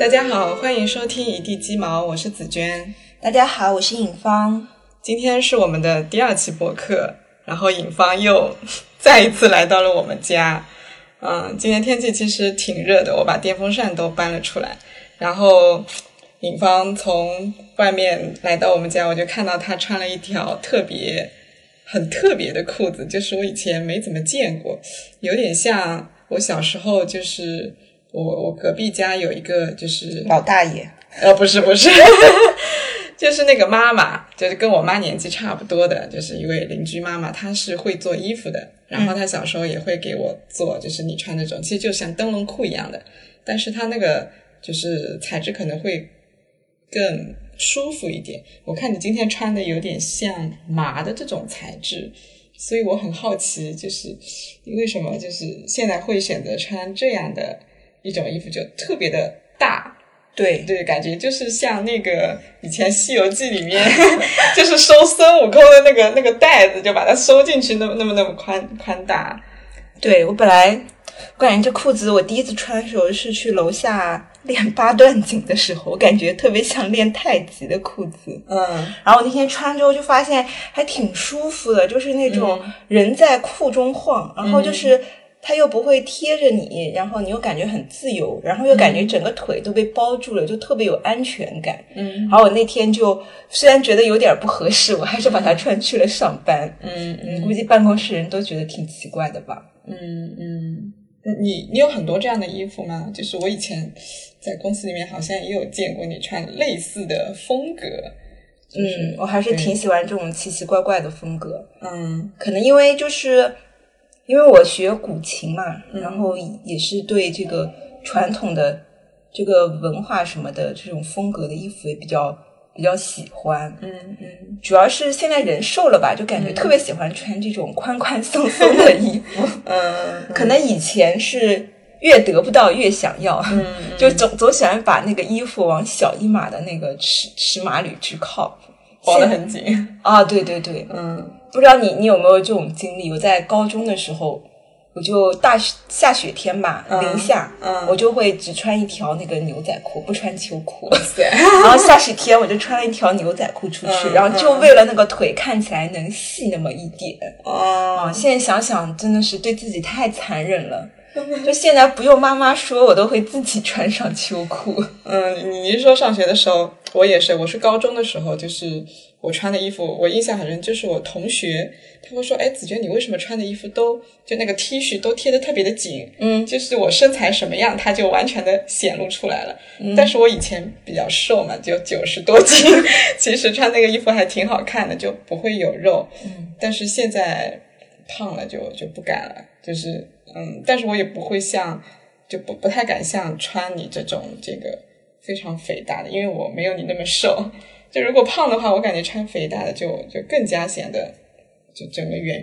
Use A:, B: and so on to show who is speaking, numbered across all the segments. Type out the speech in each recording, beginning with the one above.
A: 大家好，欢迎收听一地鸡毛，我是紫娟。
B: 大家好，我是尹芳。
A: 今天是我们的第二期播客，然后尹芳又 再一次来到了我们家。嗯，今天天气其实挺热的，我把电风扇都搬了出来。然后尹芳从外面来到我们家，我就看到她穿了一条特别、很特别的裤子，就是我以前没怎么见过，有点像我小时候就是。我我隔壁家有一个就是
B: 老大爷，
A: 呃，不是不是， 就是那个妈妈，就是跟我妈年纪差不多的，就是一位邻居妈妈，她是会做衣服的，然后她小时候也会给我做，就是你穿那种，其实就像灯笼裤一样的，但是它那个就是材质可能会更舒服一点。我看你今天穿的有点像麻的这种材质。所以我很好奇，就是你为什么就是现在会选择穿这样的一种衣服，就特别的大，
B: 对，
A: 对，感觉就是像那个以前《西游记》里面， 就是收孙悟空的那个那个袋子，就把它收进去，那么那么那么宽宽大。
B: 对我本来我感觉这裤子我第一次穿的时候是去楼下练八段锦的时候，我感觉特别像练太极的裤子。
A: 嗯，
B: 然后我那天穿之后就发现还挺舒服的，就是那种人在裤中晃，然后就是它又不会贴着你，然后你又感觉很自由，然后又感觉整个腿都被包住了，就特别有安全感。嗯，然后我那天就虽然觉得有点不合适，我还是把它穿去了上班。
A: 嗯
B: 嗯，估计办公室人都觉得挺奇怪的吧？
A: 嗯嗯，你你有很多这样的衣服吗？就是我以前在公司里面好像也有见过你穿类似的风格。就是
B: 嗯，我还是挺喜欢这种奇奇怪怪的风格。
A: 嗯
B: 可能因为就是因为我学古琴嘛，然后也是对这个传统的这个文化什么的这种风格的衣服也比较比较喜欢。
A: 嗯嗯
B: 主要是现在人瘦了吧，就感觉特别喜欢穿这种宽宽松松的衣服。
A: 嗯
B: 可能以前是越得不到越想要，
A: 嗯
B: 就总总喜欢把那个衣服往小一码的那个尺尺码里去靠。
A: 包得
B: 现
A: 很紧。
B: 啊，对对对，
A: 嗯
B: 不知道你你有没有这种经历？我在高中的时候，我就大雪下雪天吧，零下，
A: 嗯
B: 我就会只穿一条那个牛仔裤，不穿秋 裤。
A: 对，
B: 然后下雪天我就穿了一条牛仔裤出去，
A: 嗯
B: 然后就为了那个腿看起来能细那么一点。
A: 哦
B: 啊，，现在想想真的是对自己太残忍了。就现在不用妈妈说，我都会自己穿上秋裤。
A: 嗯，你你是说上学的时候，我也是，我是高中的时候，就是我穿的衣服，我印象很深，就是我同学他会说，哎，子娟，你为什么穿的衣服都就那个 T 恤都贴的特别的紧？
B: 嗯
A: 就是我身材什么样，它就完全的显露出来了。但是我以前比较瘦嘛，就九十多斤， 其实穿那个衣服还挺好看的，就不会有肉。嗯，但是现在胖了就就不敢了，就是嗯，但是我也不会像就不不太敢像穿你这种这个非常肥大的，因为我没有你那么瘦。就如果胖的话，我感觉穿肥大的就就更加显得就整个圆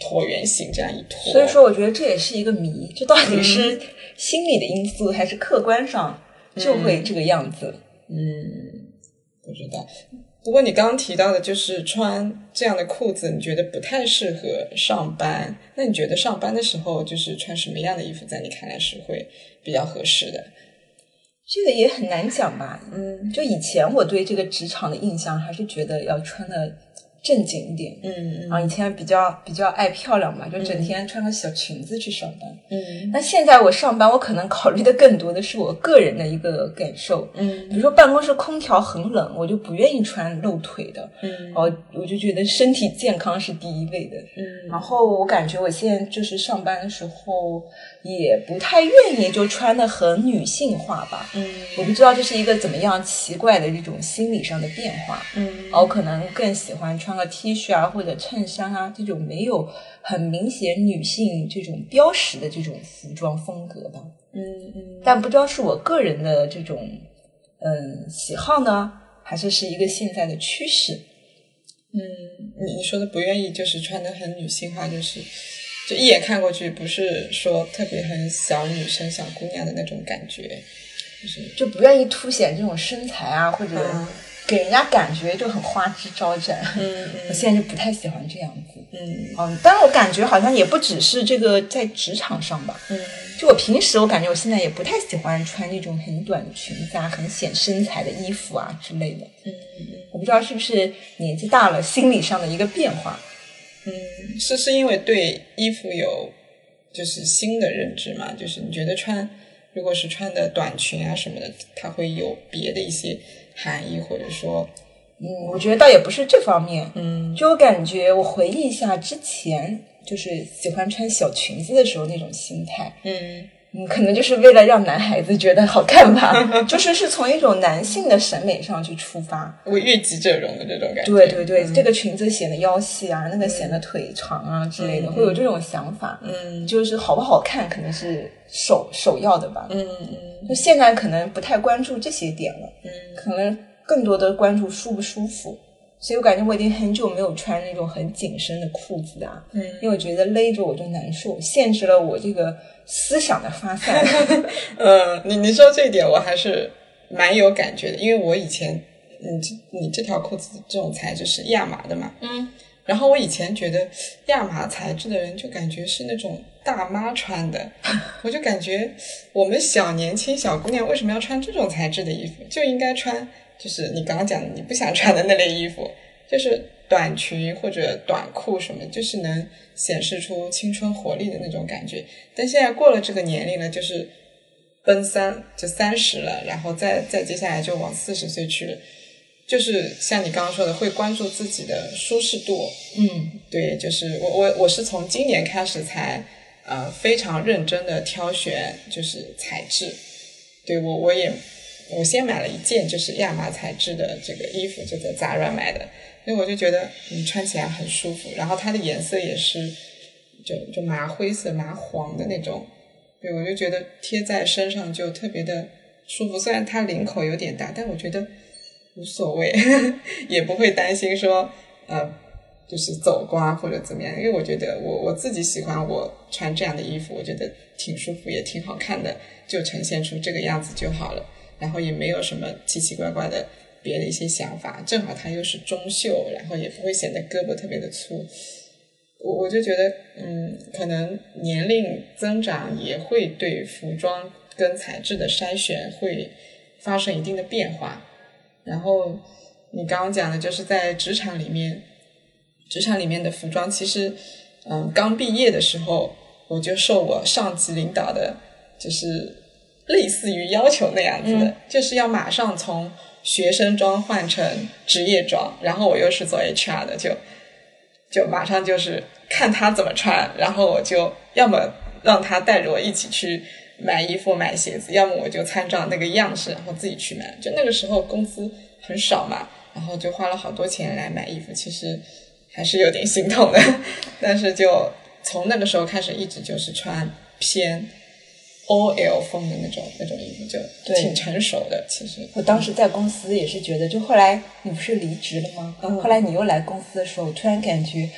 A: 椭圆形这样一坨。
B: 所以说，我觉得这也是一个谜，这到底
A: 嗯
B: 是心理的因素还是客观上就会
A: 嗯
B: 这个样子？
A: 不知道。不过你刚刚提到的，就是穿这样的裤子，你觉得不太适合上班。那你觉得上班的时候，就是穿什么样的衣服，在你看来是会比较合适的？
B: 这个也很难讲吧。
A: 嗯
B: 就以前我对这个职场的印象，还是觉得要穿的正经一点。
A: 嗯
B: 然后以前比较比较爱漂亮嘛，就整天穿个小裙子去上班。
A: 嗯
B: 那现在我上班，我可能考虑的更多的是我个人的一个感受。
A: 嗯
B: 比如说办公室空调很冷，我就不愿意穿露腿的。
A: 嗯
B: 哦，我就觉得身体健康是第一位的。
A: 嗯
B: 然后我感觉我现在就是上班的时候也不太愿意就穿的很女性化吧，
A: 嗯
B: 我不知道这是一个怎么样奇怪的这种心理上的变化。
A: 嗯
B: 然后可能更喜欢穿个 T 恤啊或者衬衫啊这种没有很明显女性这种标识的这种服装风格吧。
A: 嗯
B: 但不知道是我个人的这种嗯喜好呢，还是是一个现在的趋势。
A: 嗯，你你说的不愿意，就是穿的很女性化，就是就一眼看过去，不是说特别很小女生、小姑娘的那种感觉，就是
B: 就不愿意凸显这种身材啊，或者
A: 嗯
B: 给人家感觉就很花枝招展。
A: 嗯
B: 我现在就不太喜欢这样子。
A: 嗯
B: 嗯，但是我感觉好像也不只是这个在职场上吧。
A: 嗯，
B: 就我平时，我感觉我现在也不太喜欢穿这种很短的裙子啊、很显身材的衣服啊之类的。嗯，我不知道是不是年纪大了，心理上的一个变化。
A: 嗯，是是因为对衣服有就是新的认知嘛？就是你觉得穿如果是穿的短裙啊什么的，它会有别的一些含义，或者说
B: 嗯，我觉得倒也不是这方面。
A: 嗯
B: 就我感觉，我回忆一下之前，就是喜欢穿小裙子的时候那种心态。
A: 嗯
B: 嗯，可能就是为了让男孩子觉得好看 吧，就是是从一种男性的审美上去出发。
A: 我越级整容的这种感觉。
B: 对
A: 嗯
B: 对对，这个裙子显得腰细啊，那个显得腿长啊之类的，会有这种想法。
A: 嗯
B: 就是好不好看，可能是首首要的吧。
A: 嗯嗯
B: 就现在可能不太关注这些点了，
A: 嗯
B: 可能更多的关注舒不舒服。所以我感觉我已经很久没有穿那种很紧身的裤子啊，
A: 嗯
B: 因为我觉得勒着我就难受，限制了我这个思想的发散。
A: 呃，你你说这一点我还是蛮有感觉的，因为我以前你这你这条裤子这种材质是亚麻的嘛，
B: 嗯，
A: 然后我以前觉得亚麻材质的人就感觉是那种大妈穿的，我就感觉我们小年轻小姑娘为什么要穿这种材质的衣服？就应该穿就是你刚刚讲的你不想穿的那类衣服，就是短裙或者短裤什么，就是能显示出青春活力的那种感觉。但现在过了这个年龄了，就是奔三就三十了，然后再再接下来就往四十岁去了。就是像你刚刚说的，会关注自己的舒适度，
B: 嗯
A: 对，就是我我我是从今年开始才呃非常认真的挑选就是材质，对我我也我先买了一件就是亚麻材质的这个衣服，就在 Zara 买的，因为我就觉得嗯穿起来很舒服，然后它的颜色也是就就麻灰色麻黄的那种，对我就觉得贴在身上就特别的舒服，虽然它领口有点大，但我觉得无所谓， 也不会担心说呃就是走光或者怎么样，因为我觉得我我自己喜欢我穿这样的衣服，我觉得挺舒服也挺好看的，就呈现出这个样子就好了，然后也没有什么奇奇怪怪的别的一些想法，正好它又是中袖，然后也不会显得胳膊特别的粗。我我就觉得，嗯，可能年龄增长也会对服装跟材质的筛选会发生一定的变化。然后你刚刚讲的就是在职场里面，职场里面的服装，其实，嗯，刚毕业的时候，我就受我上级领导的，就是类似于要求那样子的，就是要马上从学生装换成职业装，然后我又是做 HR 的，就就马上就是看他怎么穿，然后我就要么让他带着我一起去买衣服、买鞋子，要么我就参照那个样式，然后自己去买。就那个时候工资很少嘛，然后就花了好多钱来买衣服，其实还是有点心痛的。但是就从那个时候开始，一直就是穿偏 OL 风的那种那种衣服，就
B: 对
A: 挺成熟的。其实，
B: 我当时在公司也是觉得，就后来你不是离职了吗？
A: 嗯
B: 后来你又来公司的时候，我突然感觉，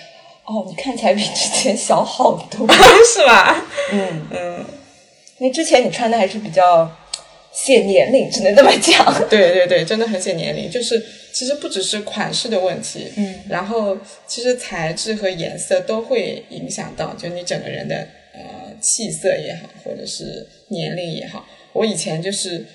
B: 哦，你看起来比之前小好 多。
A: 是吧？
B: 嗯，
A: 嗯，
B: 因为之前你穿的还是比较 显年龄，只能这么讲。
A: 对对对，真的很显年龄。就是其实不只是款式的问题，
B: 嗯，
A: 然后其实材质和颜色都会影响到，就你整个人的呃气色也好，或者是年龄也好。我以前就是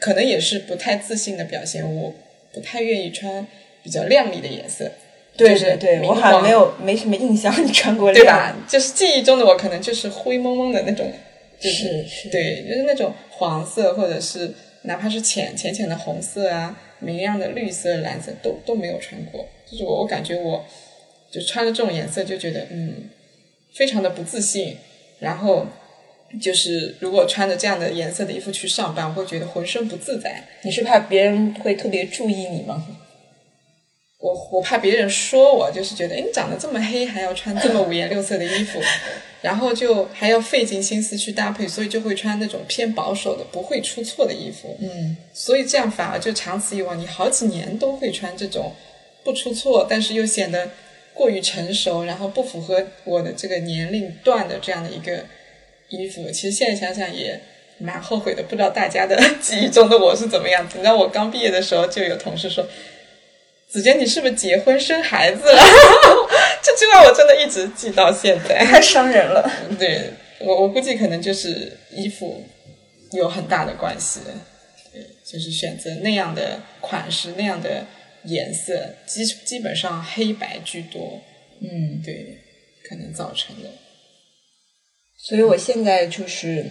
A: 可能也是不太自信的表现，我不太愿意穿比较亮丽的颜色。
B: 对
A: 就是
B: 对对，
A: 明
B: 我好像
A: 晃
B: 没有没什么印象，你穿过
A: 对
B: 这
A: 吧
B: 样？？
A: 就是记忆中的我，可能就是灰蒙蒙的那种，就是
B: 是
A: 对，就是那种黄色，或者是哪怕是浅浅浅的红色啊，明亮的绿色、蓝色都都没有穿过。就是我，我感觉我就穿了这种颜色，就觉得嗯，非常的不自信。然后就是如果穿着这样的颜色的衣服去上班，我会觉得浑身不自在。
B: 你是怕别人会特别注意你吗？
A: 我我怕别人说我，就是觉得，哎，你长得这么黑，还要穿这么五颜六色的衣服，然后就还要费尽心思去搭配，所以就会穿那种偏保守的、不会出错的衣服。
B: 嗯，
A: 所以这样反而就长此以往，你好几年都会穿这种不出错，但是又显得过于成熟，然后不符合我的这个年龄段的这样的一个衣服。其实现在想想也蛮后悔的，不知道大家的记忆中的我是怎么样。等到我刚毕业的时候，就有同事说：“子娟，你是不是结婚生孩子了？” 这句话我真的一直记到现在。
B: 太 伤人了。
A: 对我，我估计可能就是衣服有很大的关系，对，就是选择那样的款式、那样的颜色，基基本上黑白居多，
B: 嗯，
A: 对，可能造成的。
B: 所以我现在就是，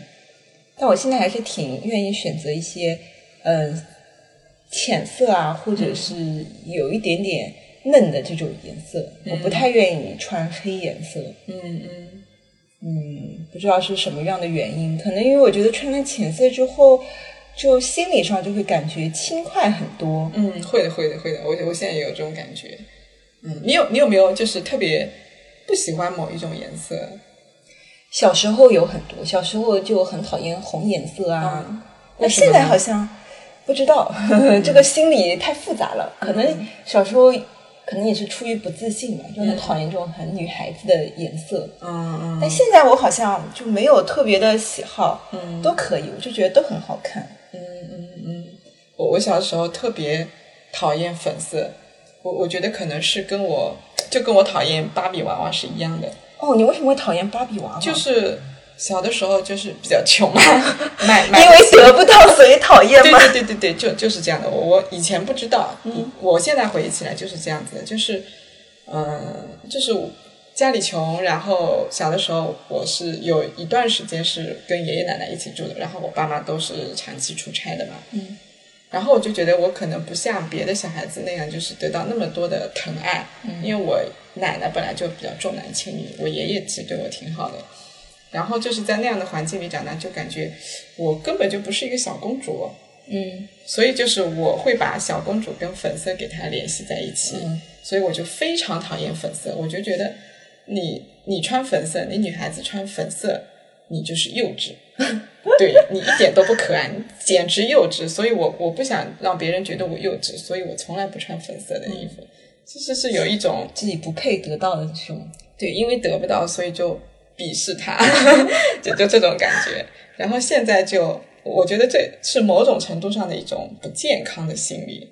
B: 但我现在还是挺愿意选择一些，嗯、浅色啊，或者是有一点点嫩的这种颜色。我不太愿意穿黑颜色。
A: 嗯嗯
B: 嗯，不知道是什么样的原因，可能因为我觉得穿了浅色之后，就心理上就会感觉轻快很多。
A: 嗯，会的会的会的，我我现在也有这种感觉。嗯，你有你有没有就是特别不喜欢某一种颜色？
B: 小时候有很多，小时候就很讨厌红颜色啊。
A: 嗯
B: 那
A: 为什么
B: 现在
A: 呢
B: 好像不知 道，这个心理太复杂了。可能小时候可能也是出于不自信吧，就很讨厌这种很女孩子的颜色。
A: 嗯
B: 但
A: 嗯
B: 现在我好像就没有特别的喜好，
A: 嗯
B: 都可以，我就觉得都很好看。
A: 我我小时候特别讨厌粉色，我我觉得可能是跟我就跟我讨厌芭比娃娃是一样的，
B: 哦，你为什么会讨厌芭比娃娃？
A: 就是小的时候就是比较穷嘛，买买
B: 因为得不到所以讨厌
A: 对
B: 吗？嗯
A: 对对对对，就就是这样的。我我以前不知道，我现在回忆起来就是这样子的，就是，嗯、就是家里穷，然后小的时候我是有一段时间是跟爷爷奶奶一起住的，然后我爸妈都是长期出差的嘛，
B: 嗯，
A: 然后我就觉得我可能不像别的小孩子那样，就是得到那么多的疼爱，
B: 嗯
A: 因为我奶奶本来就比较重男轻女，我爷爷其实对我挺好的。然后就是在那样的环境里长大，就感觉我根本就不是一个小公主，
B: 嗯
A: 所以就是我会把小公主跟粉色给它联系在一起，
B: 嗯
A: 所以我就非常讨厌粉色，我就觉得你你穿粉色，你女孩子穿粉色，你就是幼稚，对你一点都不可爱，你简直幼稚。所以我我不想让别人觉得我幼稚，所以我从来不穿粉色的衣服，其实是有一种
B: 自己不配得到的这种，
A: 对，因为得不到，所以就鄙视他， 就就这种感觉。然后现在就，我觉得这是某种程度上的一种不健康的心理，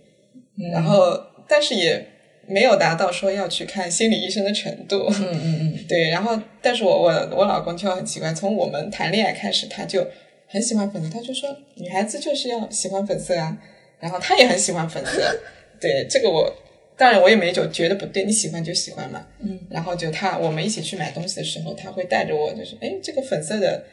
B: 嗯
A: 然后但是也没有达到说要去看心理医生的程度。
B: 嗯嗯嗯，
A: 对，然后但是我我我老公就很奇怪，从我们谈恋爱开始，他就很喜欢粉色，他就说女孩子就是要喜欢粉色啊，然后他也很喜欢粉色， 对这个我当然我也没就觉得不对，你喜欢就喜欢嘛，
B: 嗯，
A: 然后就他我们一起去买东西的时候，他会带着我，就是哎这个粉色的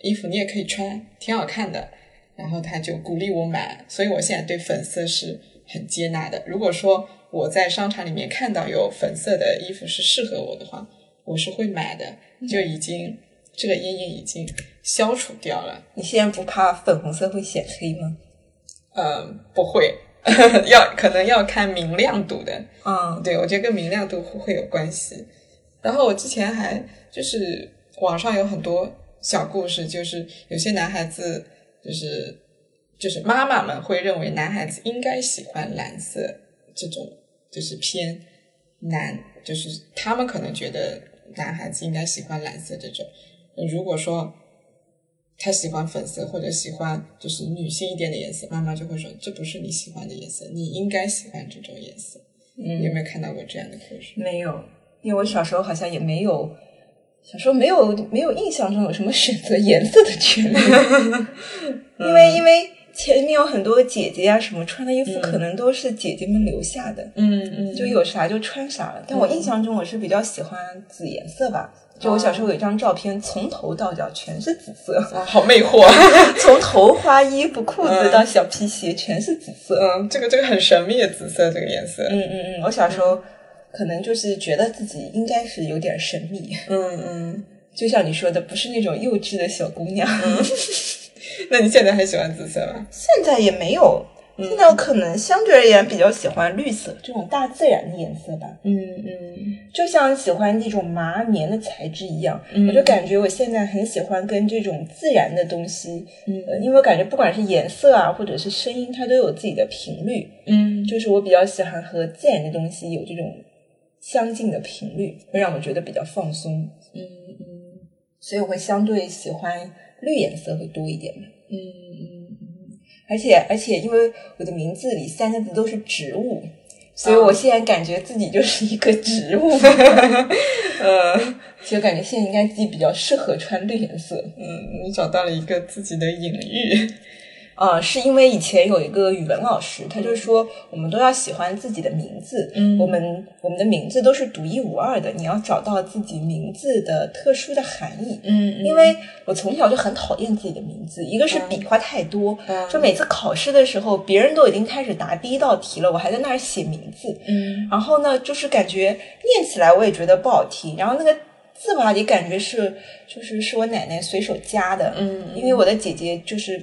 A: 衣服你也可以穿，挺好看的，然后他就鼓励我买，所以我现在对粉色是很接纳的。如果说我在商场里面看到有粉色的衣服是适合我的话，我是会买的，就已经这个阴影已经消除掉了。
B: 你现在不怕粉红色会显黑吗？
A: 嗯，不会， 要可能要看明亮度的，
B: 嗯
A: 对我觉得跟明亮度会会有关系。然后我之前还就是网上有很多小故事，就是有些男孩子就是就是妈妈们会认为男孩子应该喜欢蓝色这种，就是偏男，就是他们可能觉得男孩子应该喜欢蓝色这种。呃如果说他喜欢粉色或者喜欢就是女性一点的颜色，妈妈就会说这不是你喜欢的颜色，你应该喜欢这种颜色。你有
B: 嗯，
A: 没有看到过这样的故事？
B: 没有，因为我小时候好像也没有，小时候没有没有印象中有什么选择颜色的 权利，因为因为前面有很多姐姐啊什么穿的衣服，可能都是姐姐们留下的，
A: 嗯嗯
B: 就有啥就穿啥了。但我印象中我是比较喜欢紫颜色吧，就我小时候有一张照片，从头到脚全是紫色。
A: 啊，好魅惑。
B: 从头花、衣服、裤子
A: 嗯
B: 到小皮鞋，全是紫色。
A: 嗯，这个这个很神秘，紫色这个颜色。
B: 嗯嗯嗯，我小时候可能就是觉得自己应该是有点神秘，
A: 嗯嗯，
B: 就像你说的，不是那种幼稚的小姑娘。
A: 那你现在还喜欢紫色吗？
B: 现在也没有，现在我可能相对而言比较喜欢绿色这种大自然的颜色吧，
A: 嗯嗯
B: 就像喜欢那种麻棉的材质一样。我就感觉我现在很喜欢跟这种自然的东西，
A: 嗯
B: 呃，因为我感觉不管是颜色啊，或者是声音，它都有自己的频率。
A: 嗯，
B: 就是我比较喜欢和自然的东西有这种相近的频率，会让我觉得比较放松。嗯嗯，所以我会相对喜欢绿颜色会多一点。嗯嗯嗯，而且而且，因为我的名字里三个字都是植物，所以我现在感觉自己就是一个植 物。嗯，其实感觉现在应该自己比较适合穿绿颜色。
A: 嗯，你找到了一个自己的隐喻。
B: 啊、是因为以前有一个语文老师，他就说我们都要喜欢自己的名字，
A: 嗯
B: 我们我们的名字都是独一无二的，你要找到自己名字的特殊的含义。
A: 嗯
B: 因为我从小就很讨厌自己的名字，一个是笔画太多，就每次考试的时候，别人都已经开始答第一道题了，我还在那儿写名字，
A: 嗯
B: 然后呢，就是感觉念起来我也觉得不好听，然后那个字吧也感觉是就是是我奶奶随手加的，
A: 嗯
B: 因为我的姐姐就是。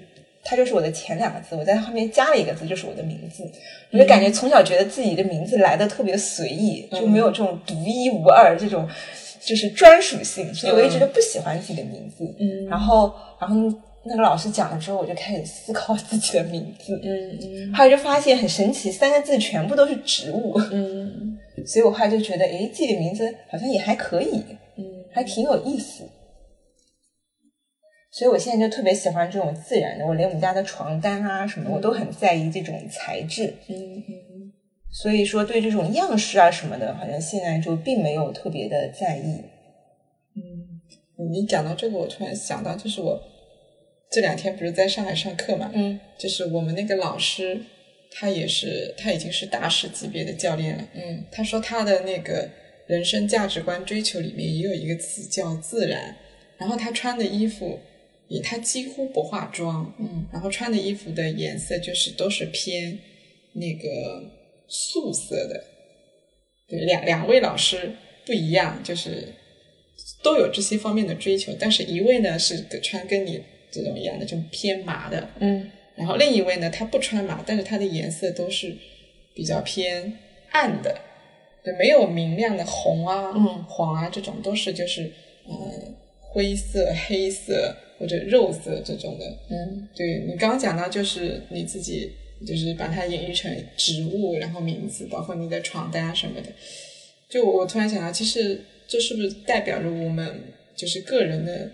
B: 她就是我的前两个字，我在后面加了一个字，就是我的名字。我就
A: 嗯
B: 感觉从小觉得自己的名字来的特别随意，就没有这种独一无二这种就是专属性，所以我一直都不喜欢自己的名字。
A: 嗯
B: 然后然后那个老师讲了之后，我就开始思考自己的名字。
A: 嗯嗯
B: 后来就发现很神奇，三个字全部都是植物，
A: 嗯
B: 所以我后来就觉得，诶，自己的名字好像也还可以，
A: 嗯，
B: 还挺有意思。所以我现在就特别喜欢这种自然的，我连我们家的床单啊什么，我都很在意这种材质。
A: 嗯嗯
B: 所以说对这种样式啊什么的，好像现在就并没有特别的在意。
A: 嗯，你讲到这个，我突然想到，就是我这两天不是在上海上课嘛，
B: 嗯
A: 就是我们那个老师，他也是他已经是大师级别的教练了。
B: 嗯
A: 他说他的那个人生价值观追求里面也有一个词叫自然，然后他穿的衣服也他几乎不化妆，
B: 嗯
A: 然后穿的衣服的颜色就是都是偏那个素色的。对，两两位老师不一样，就是都有这些方面的追求，但是一位呢是穿跟你这种一样的，就偏麻的，
B: 嗯
A: 然后另一位呢，他不穿麻，但是他的颜色都是比较偏暗的，对，没有明亮的红啊、
B: 嗯
A: 黄啊这种，都是就是呃灰色、黑色或者肉色这种的。
B: 嗯
A: 对你刚刚讲到，就是你自己就是把它演绎成植物，然后名字，包括你的床单啊什么的。就我突然想到，其实这是不是代表着我们就是个人的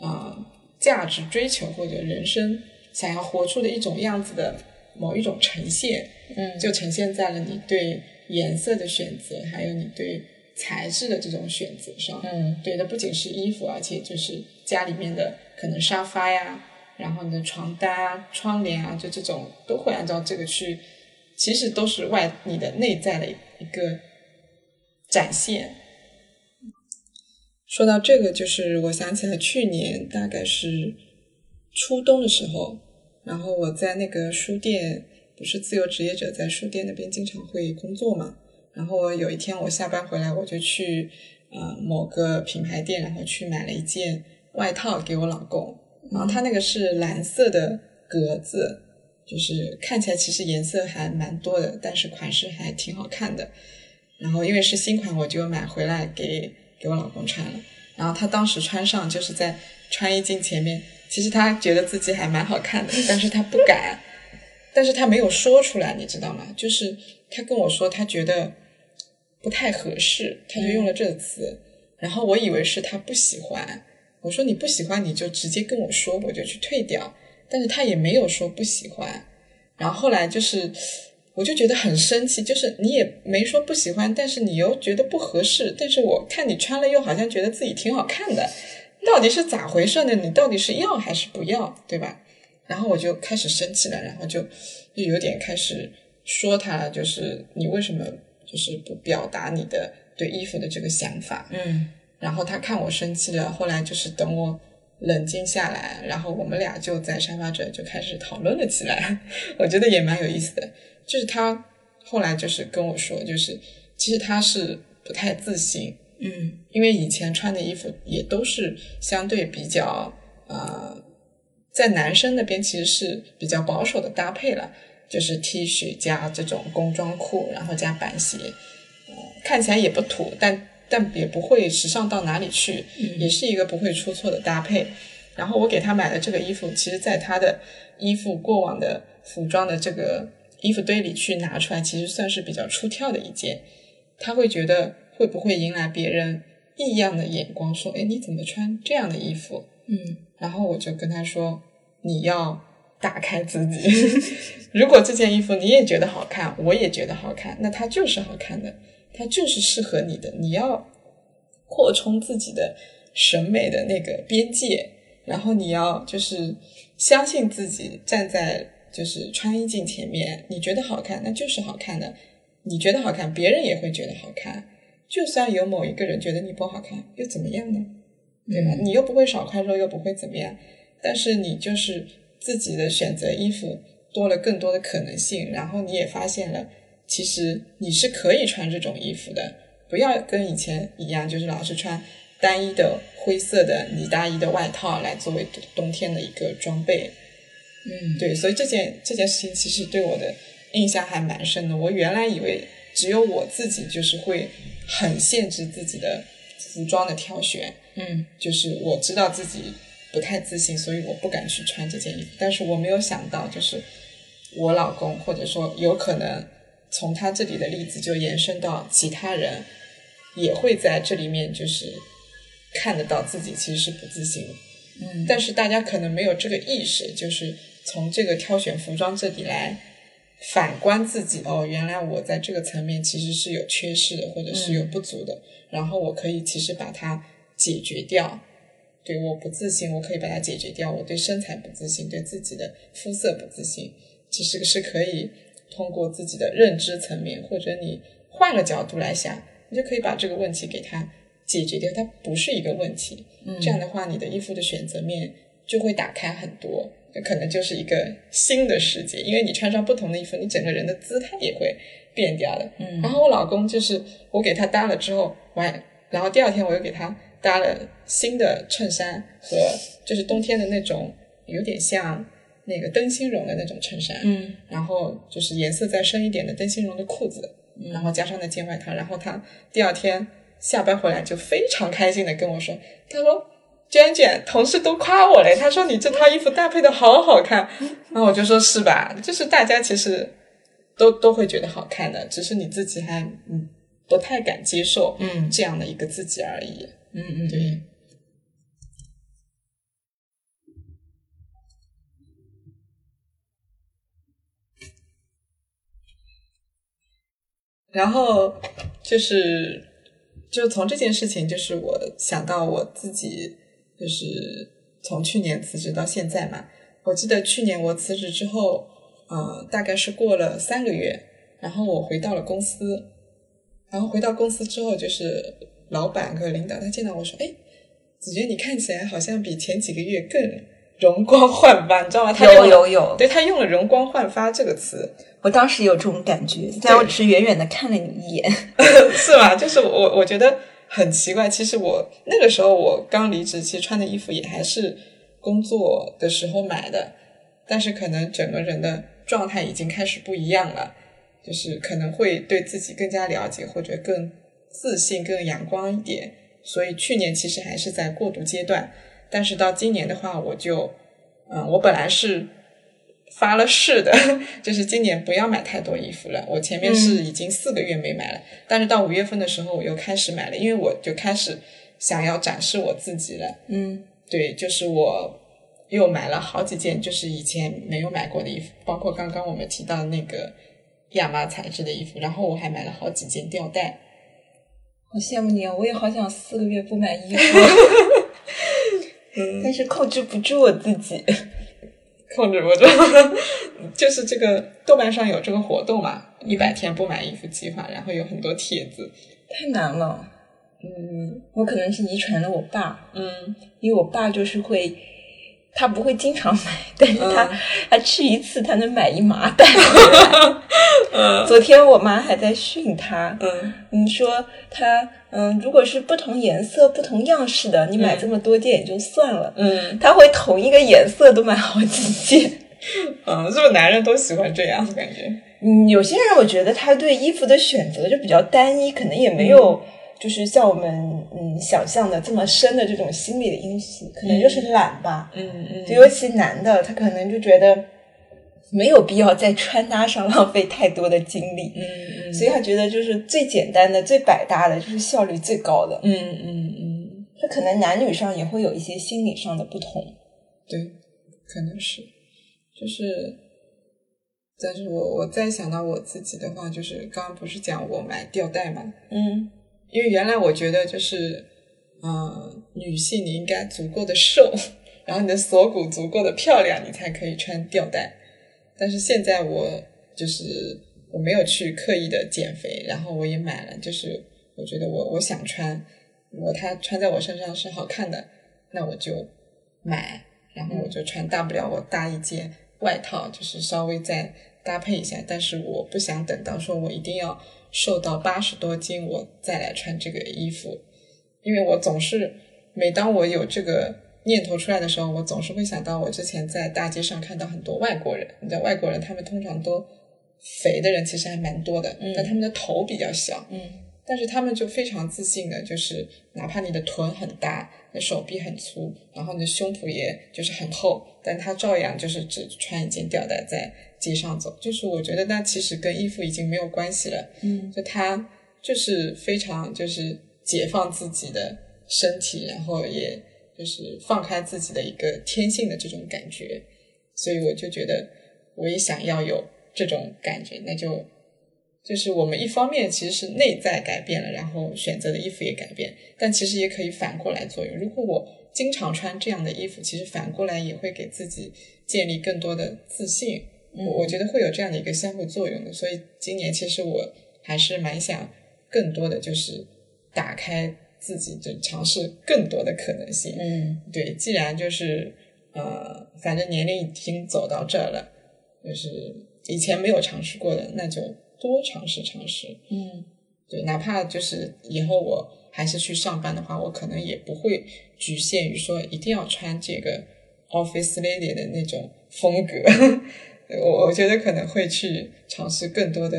A: 啊、呃价值追求或者人生想要活出的一种样子的某一种呈现，
B: 嗯
A: 就呈现在了你对颜色的选择，还有你对材质的这种选择上。
B: 嗯
A: 对的，不仅是衣服，而且就是家里面的可能沙发呀，然后你的床单啊、窗帘啊，就这种都会按照这个去，其实都是外你的内在的一个展现。说到这个，就是我想起来去年大概是初冬的时候，然后我在那个书店，不是自由职业者在书店那边经常会工作嘛，然后有一天我下班回来，我就去呃某个品牌店，然后去买了一件外套给我老公，然后它那个是蓝色的格子，就是看起来其实颜色还蛮多的，但是款式还挺好看的。然后因为是新款，我就买回来给给我老公穿了。然后他当时穿上就是在穿衣镜前面，其实他觉得自己还蛮好看的，但是他不敢，但是他没有说出来，你知道吗？就是他跟我说他觉得不太合适，他就用了这个词。然后我以为是他不喜欢，我说你不喜欢你就直接跟我说，我就去退掉。但是他也没有说不喜欢。然后后来就是，我就觉得很生气，就是你也没说不喜欢，但是你又觉得不合适，但是我看你穿了又好像觉得自己挺好看的，到底是咋回事呢？你到底是要还是不要，对吧？然后我就开始生气了，然后就就有点开始说他了，就是你为什么就是不表达你的对衣服的这个想法？
B: 嗯
A: 然后他看我生气了，后来就是等我冷静下来，然后我们俩就在沙发这就开始讨论了起来。 我觉得也蛮有意思的，就是他后来就是跟我说，就是其实他是不太自信，
B: 嗯
A: 因为以前穿的衣服也都是相对比较呃，在男生那边其实是比较保守的搭配了，就是 T 恤加这种工装裤，然后加板鞋，呃看起来也不土，但但也不会时尚到哪里去，也是一个不会出错的搭配。然后我给他买的这个衣服，其实在他的衣服过往的服装的这个衣服堆里去拿出来，其实算是比较出挑的一件。他会觉得会不会迎来别人异样的眼光，说：“哎，你怎么穿这样的衣服
B: 嗯？”
A: 然后我就跟他说：“你要打开自己。如果这件衣服你也觉得好看，我也觉得好看，那它就是好看的，它就是适合你的。你要扩充自己的审美的那个边界，然后你要就是相信自己，站在就是穿衣镜前面，你觉得好看，那就是好看的。你觉得好看，别人也会觉得好看。就算有某一个人觉得你不好看，又怎么样呢？对吧？你又不会少块肉，又不会怎么样。但是你就是自己的选择衣服多了更多的可能性，然后你也发现了，其实你是可以穿这种衣服的。不要跟以前一样，就是老是穿单一的灰色的呢大衣的外套来作为冬冬天的一个装备。
B: 嗯，
A: 对，所以这件这件事情其实对我的印象还蛮深的。我原来以为只有我自己就是会很限制自己的服装的挑选，
B: 嗯，
A: 就是我知道自己不太自信，所以我不敢去穿这件衣服。但是我没有想到，就是我老公或者说有可能从他这里的例子就延伸到其他人，也会在这里面就是看得到自己其实是不自信的。
B: 嗯，
A: 但是大家可能没有这个意识，就是从这个挑选服装这里来反观自己哦，原来我在这个层面其实是有缺失的，或者是有不足的，然后我可以其实把它解决掉。对，我不自信，我可以把它解决掉。我对身材不自信，对自己的肤色不自信，其实是可以通过自己的认知层面，或者你换个角度来想，你就可以把这个问题给它解决掉。它不是一个问题，这样的话，你的衣服的选择面就会打开很多，那可能就是一个嗯新的世界。因为你穿上不同的衣服，你整个人的姿态也会变掉了。嗯，然后我老公就是我给他搭了之后，我还然后第二天我又给他搭了新的衬衫和就是冬天的那种有点像那个灯芯绒的那种衬衫，
B: 嗯，
A: 然后就是颜色再深一点的灯芯绒的裤子，
B: 嗯
A: 然后加上那件外套，然后他第二天下班回来就非常开心的跟我说，他说。娟娟，同事都夸我嘞，他说你这套衣服搭配的好好看，
B: 嗯
A: 然后我就说是吧，就是大家其实都都会觉得好看的，只是你自己还嗯不太敢接受
B: 嗯
A: 这样的一个自己而已。
B: 嗯嗯，
A: 对，然后就是，就从这件事情，就是我想到我自己，就是从去年辞职到现在嘛。我记得去年我辞职之后，呃，大概是过了三个月，然后我回到了公司，然后回到公司之后，就是老板和领导他见到我说：“哎，子娟，你看起来好像比前几个月更容光焕发，你知道吗？”他
B: 有
A: 用了
B: 有有，
A: 对他用了“容光焕发”这个词，
B: 我当时有这种感觉，虽然我只是远远的看了你一眼，
A: 是吧？就是我我觉得很奇怪。其实我那个时候我刚离职，其实穿的衣服也还是工作的时候买的，但是可能整个人的状态已经开始不一样了，就是可能会对自己更加了解，或者更自信、更阳光一点。所以去年其实还是在过渡阶段，但是到今年的话，我就，嗯，我本来是发了誓的， 就是今年不要买太多衣服了。我前面是已经四个月没买了，但是到五月份的时候我又开始买了，因为我就开始想要展示我自己了。
B: 嗯
A: 对，就是我又买了好几件，就是以前没有买过的衣服，包括刚刚我们提到的那个亚麻材质的衣服，然后我还买了好几件吊带。
B: 好羡慕你啊！我也好想四个月不买衣服，
C: 但是控制不住我自己。
A: 控制不住， 就是这个豆瓣上有这个活动嘛，一百天不买衣服计划，然后有很多帖子，
B: 太难了。
A: 嗯
B: 我可能是遗传了我爸，
A: 嗯，
B: 因为我爸就是会，他不会经常买，但是他、 他去一次他能买一麻袋 回来。昨天我妈还在训他，
A: 嗯
B: 你说他嗯，如果是不同颜色、不同样式的，你买这么多件也就算了，
A: 嗯
B: 他会同一个颜色都买好几件。
A: 嗯，是不是男人都喜欢这样感觉？
B: 嗯，有些人我觉得他对衣服的选择就比较单一，可能也没有就是像我们嗯想象的这么深的这种心理的因素，可能就是懒吧。
A: 嗯嗯
B: 就尤其男的，他可能就觉得没有必要在穿搭上浪费太多的精力，
A: 嗯
B: 所以他觉得就是最简单的、最百搭的，就是效率最高的。
A: 嗯嗯嗯，
B: 这可能男女上也会有一些心理上的不同。
A: 对，可能是，就是，但是我我再想到我自己的话，就是刚刚不是讲我买吊带嘛，
B: 嗯
A: 因为原来我觉得就是，呃，女性你应该足够的瘦，然后你的锁骨足够的漂亮，你才可以穿吊带。但是现在我就是我没有去刻意的减肥，然后我也买了，就是我觉得我我想穿，如果它穿在我身上是好看的，那我就买，然后我就穿，大不了我搭一件外套，就是稍微再搭配一下。但是我不想等到说我一定要瘦到八十多斤，我再来穿这个衣服，因为我总是每当我有这个念头出来的时候，我总是会想到我之前在大街上看到很多外国人，你知道外国人他们通常都肥的人其实还蛮多的，但他们的头比较小，
B: 嗯
A: 但是他们就非常自信的，就是哪怕你的臀很大，你手臂很粗，然后你的胸脯也就是很厚，但他照样就是只穿一件吊带在街上走。就是我觉得那其实跟衣服已经没有关系了，
B: 嗯
A: 就他就是非常就是解放自己的身体，然后也就是放开自己的一个天性的这种感觉。所以我就觉得我也想要有这种感觉，那就就是我们一方面其实是内在改变了，然后选择的衣服也改变，但其实也可以反过来作用。如果我经常穿这样的衣服，其实反过来也会给自己建立更多的自信。我我觉得会有这样的一个相互作用的，所以今年其实我还是蛮想更多的就是打开自己，就尝试更多的可能性。
B: 嗯
A: 对，既然就是呃，反正年龄已经走到这儿了，就是以前没有尝试过的，那就多尝试尝试。
B: 嗯
A: 对，哪怕就是以后我还是去上班的话，我可能也不会局限于说一定要穿这个 office lady 的那种风格。 我我觉得可能会去尝试更多的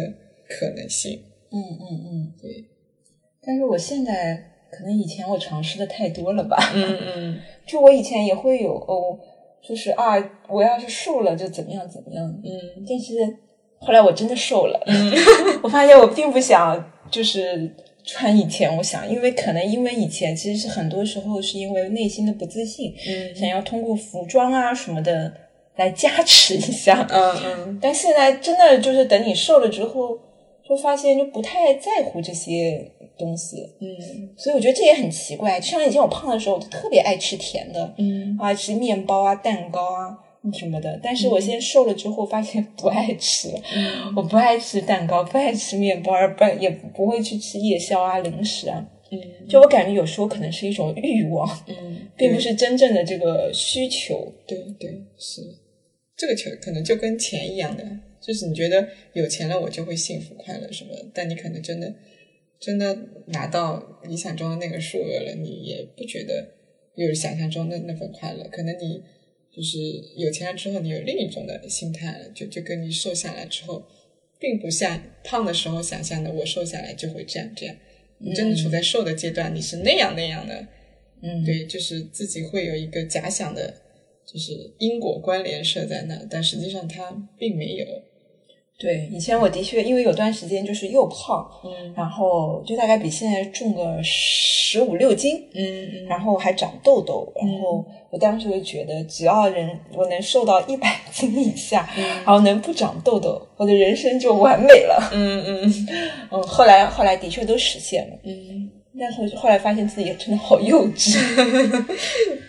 A: 可能性。
B: 嗯嗯嗯，
A: 对。
B: 但是我现在可能以前我尝试的太多了吧，
A: 嗯嗯
B: 就我以前也会有哦，就是啊，我要是瘦了就怎么样怎么样，
A: 嗯
B: 但是后来我真的瘦了， 我发现我并不想就是穿以前我想，因为可能因为以前其实是很多时候是因为内心的不自信，
A: 嗯
B: 想要通过服装啊什么的来加持一下，
A: 嗯
B: 但现在真的就是等你瘦了之后，就发现就不太在乎这些东西，
A: 嗯
B: 所以我觉得这也很奇怪。就像以前我胖的时候，我就特别爱吃甜的，
A: 嗯
B: 啊，吃面包啊、蛋糕啊什么的。但是我现在瘦了之后，发现不爱吃，
A: 嗯
B: 我不爱吃蛋糕，不爱吃面包，不爱也不会去吃夜宵啊、零食啊。
A: 嗯
B: 就我感觉有时候可能是一种欲望，
A: 嗯，
B: 并不是真正的这个需求。
A: 对对，是这个球可能就跟钱一样的，就是你觉得有钱了我就会幸福快乐什么的，但你可能真的真的拿到理想中的那个数额了，你也不觉得有想象中的那份快乐，可能你就是有钱了之后，你有另一种的心态了，就就跟你瘦下来之后，并不像胖的时候想象的我瘦下来就会这样这样，你真的处在瘦的阶段，你是那样那样的。
B: 嗯，
A: 对，就是自己会有一个假想的，就是因果关联设在那，但实际上它并没有。
B: 对，以前我的确因为有段时间就是又胖，
A: 嗯
B: 然后就大概比现在重个十五六斤，
A: 嗯
B: 然后还长痘痘，然后我当时就觉得，只要人我能瘦到一百斤以下，然后能不长痘痘，我的人生就完美了。
A: 嗯嗯
B: 嗯，后来后来的确都实现了，
A: 嗯
B: 但是后来发现自己真的好幼稚。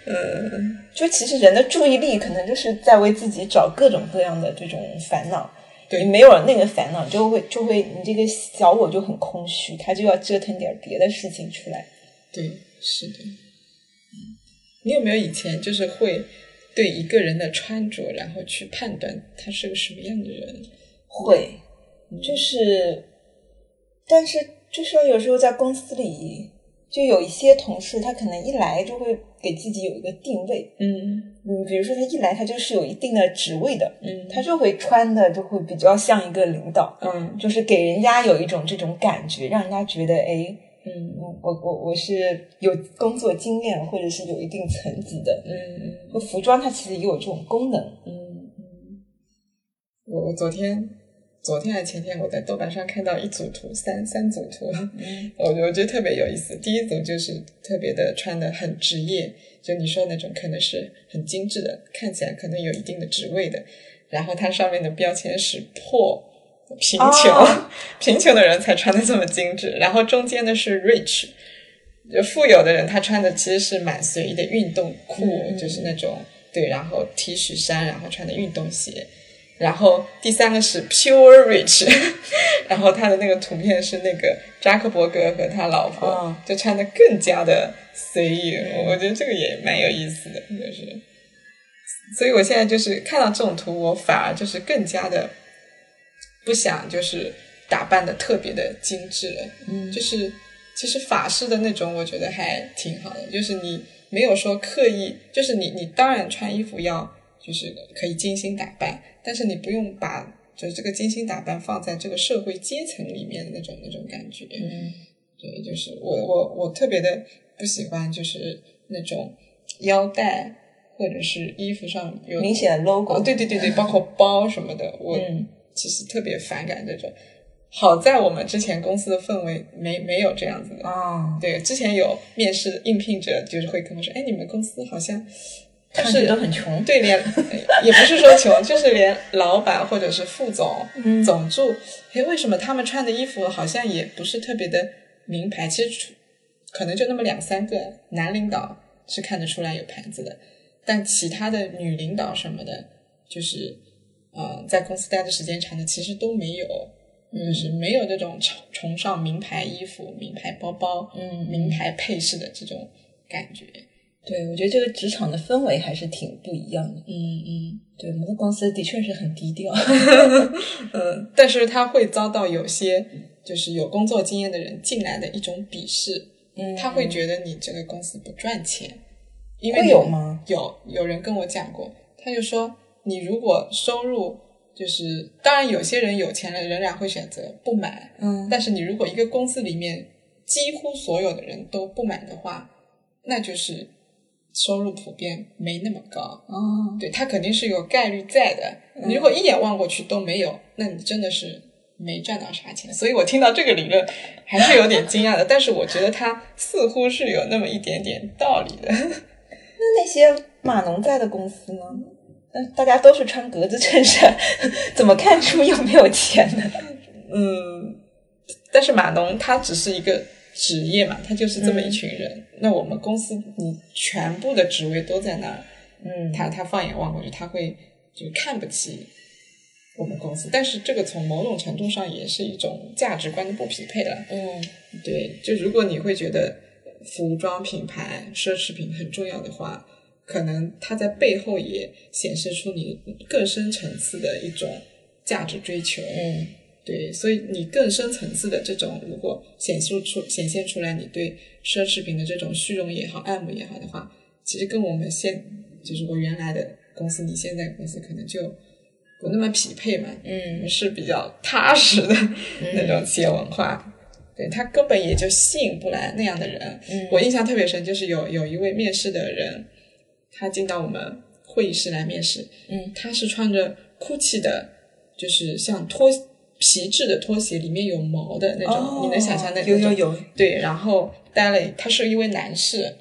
A: 嗯
B: 就其实人的注意力可能就是在为自己找各种各样的这种烦恼。
A: 对
B: 你没有了那个烦恼，就会就会你这个小我就很空虚，他就要折腾点别的事情出来。
A: 对，是的。嗯你有没有以前就是会对一个人的穿着，然后去判断他是个什么样的人？
B: 会，就是，但是就是有时候在公司里，就有一些同事，他可能一来就会给自己有一个定位，
A: 嗯
B: 嗯，比如说他一来他就是有一定的职位的，
A: 嗯
B: 他就会穿的就会比较像一个领导，
A: 嗯
B: 就是给人家有一种这种感觉，让人家觉得哎。
A: 嗯
B: 我我我是有工作经验，或者是有一定层级的。
A: 嗯
B: 就服装它其实也有这种功能。
A: 嗯嗯。我我昨天昨天还前天我在豆瓣上看到一组图，三三组图， 我我觉得特别有意思。第一组就是特别的穿的很职业，就你说那种可能是很精致的，看起来可能有一定的职位的，然后它上面的标签是破。贫穷
B: 哦
A: 贫穷的人才穿的这么精致，然后中间的是 rich，就富有的人他穿的其实是蛮随意的运动裤，就是那种对，然后 T 恤衫，然后穿的运动鞋，然后第三个是 pure rich，然 后他的那个图片是那个扎克伯格和他老婆，
D: 哦
A: 就穿的更加的随意，我觉得这个也蛮有意思的，就是，所以我现在就是看到这种图，我反而就是更加的不想就是打扮的特别的精致了，嗯，就是其实法式的那种，我觉得还挺好的，就是你没有说刻意，就是你你当然穿衣服要就是可以精心打扮，但是你不用把就是这个精心打扮放在这个社会阶层里面的那种那种感觉，嗯，对，就是我我我特别的不喜欢就是那种腰带或者是衣服上有
D: 明显的 logo，、
A: 哦，对对对对，包括包什么的，我
D: 嗯
A: 其实特别反感这种。好在我们之前公司的氛围没没有这样子的。
D: 啊，
A: 对，之前有面试应聘者，就是会跟我说，哎，你们公司好像就
D: 看着
A: 是
D: 都很穷，
A: 对，连也不是说穷，就是连老板或者是副总、总助，哎，为什么他们穿的衣服好像也不是特别的名牌？其实除可能就那么两三个男领导是看得出来有牌子的，但其他的女领导什么的，就是呃，在公司待的时间长的，其实都没有。就是没有这种崇崇尚名牌衣服、名牌包包、
D: 嗯
A: 名牌配饰的这种感觉。
D: 对，我觉得这个职场的氛围还是挺不一样的。
A: 嗯嗯，
D: 对，某个公司的确是很低调。
A: 嗯，但是他会遭到有些就是有工作经验的人进来的一种鄙视，
D: 嗯
A: 他会觉得你这个公司不赚钱，因为
D: 会
A: 你
D: 有吗？
A: 有有人跟我讲过，他就说你如果收入就是，当然有些人有钱了仍然会选择不买，
D: 嗯
A: 但是你如果一个公司里面几乎所有的人都不买的话，那就是收入普遍没那么高，
D: 哦，
A: 对，它肯定是有概率在的。你如果一眼望过去都没有，那你真的是没赚到啥钱。所以我听到这个理论还是有点惊讶的，但是我觉得它似乎是有那么一点点道理的。
D: 那那些码农在的公司呢？那大家都是穿格子衬衫， 怎么看出有没有钱呢？
A: 嗯，但是码农他只是一个职业嘛，他就是这么一群人。那我们公司你全部的职位都在那儿，
D: 嗯
A: 他他放眼望过去，他会就看不起我们公司。但是这个从某种程度上也是一种价值观的不匹配了。
D: 嗯
A: 对，就如果你会觉得服装品牌、奢侈品很重要的话，可能它在背后也显示出你更深层次的一种价值追求。
D: 嗯
A: 对，所以你更深层次的这种，如果显示出显现出来你对奢侈品的这种虚荣也好、爱慕也好的话，其实跟我们现就是我原来的公司，你现在公司可能就不那么匹配嘛。
D: 嗯，
A: 是比较踏实的那种企业文化。对他根本也就吸引不来那样的人。
D: 嗯
A: 我印象特别深，就是有有一位面试的人，他进到我们会议室来面试，
D: 嗯，
A: 他是穿着 GUCCI 的，就是像拖皮质的拖鞋，里面有毛的那种，
D: 哦
A: 你能想象那
D: 有
A: 种
D: 有有，
A: 对，然后待了，他是一位男士，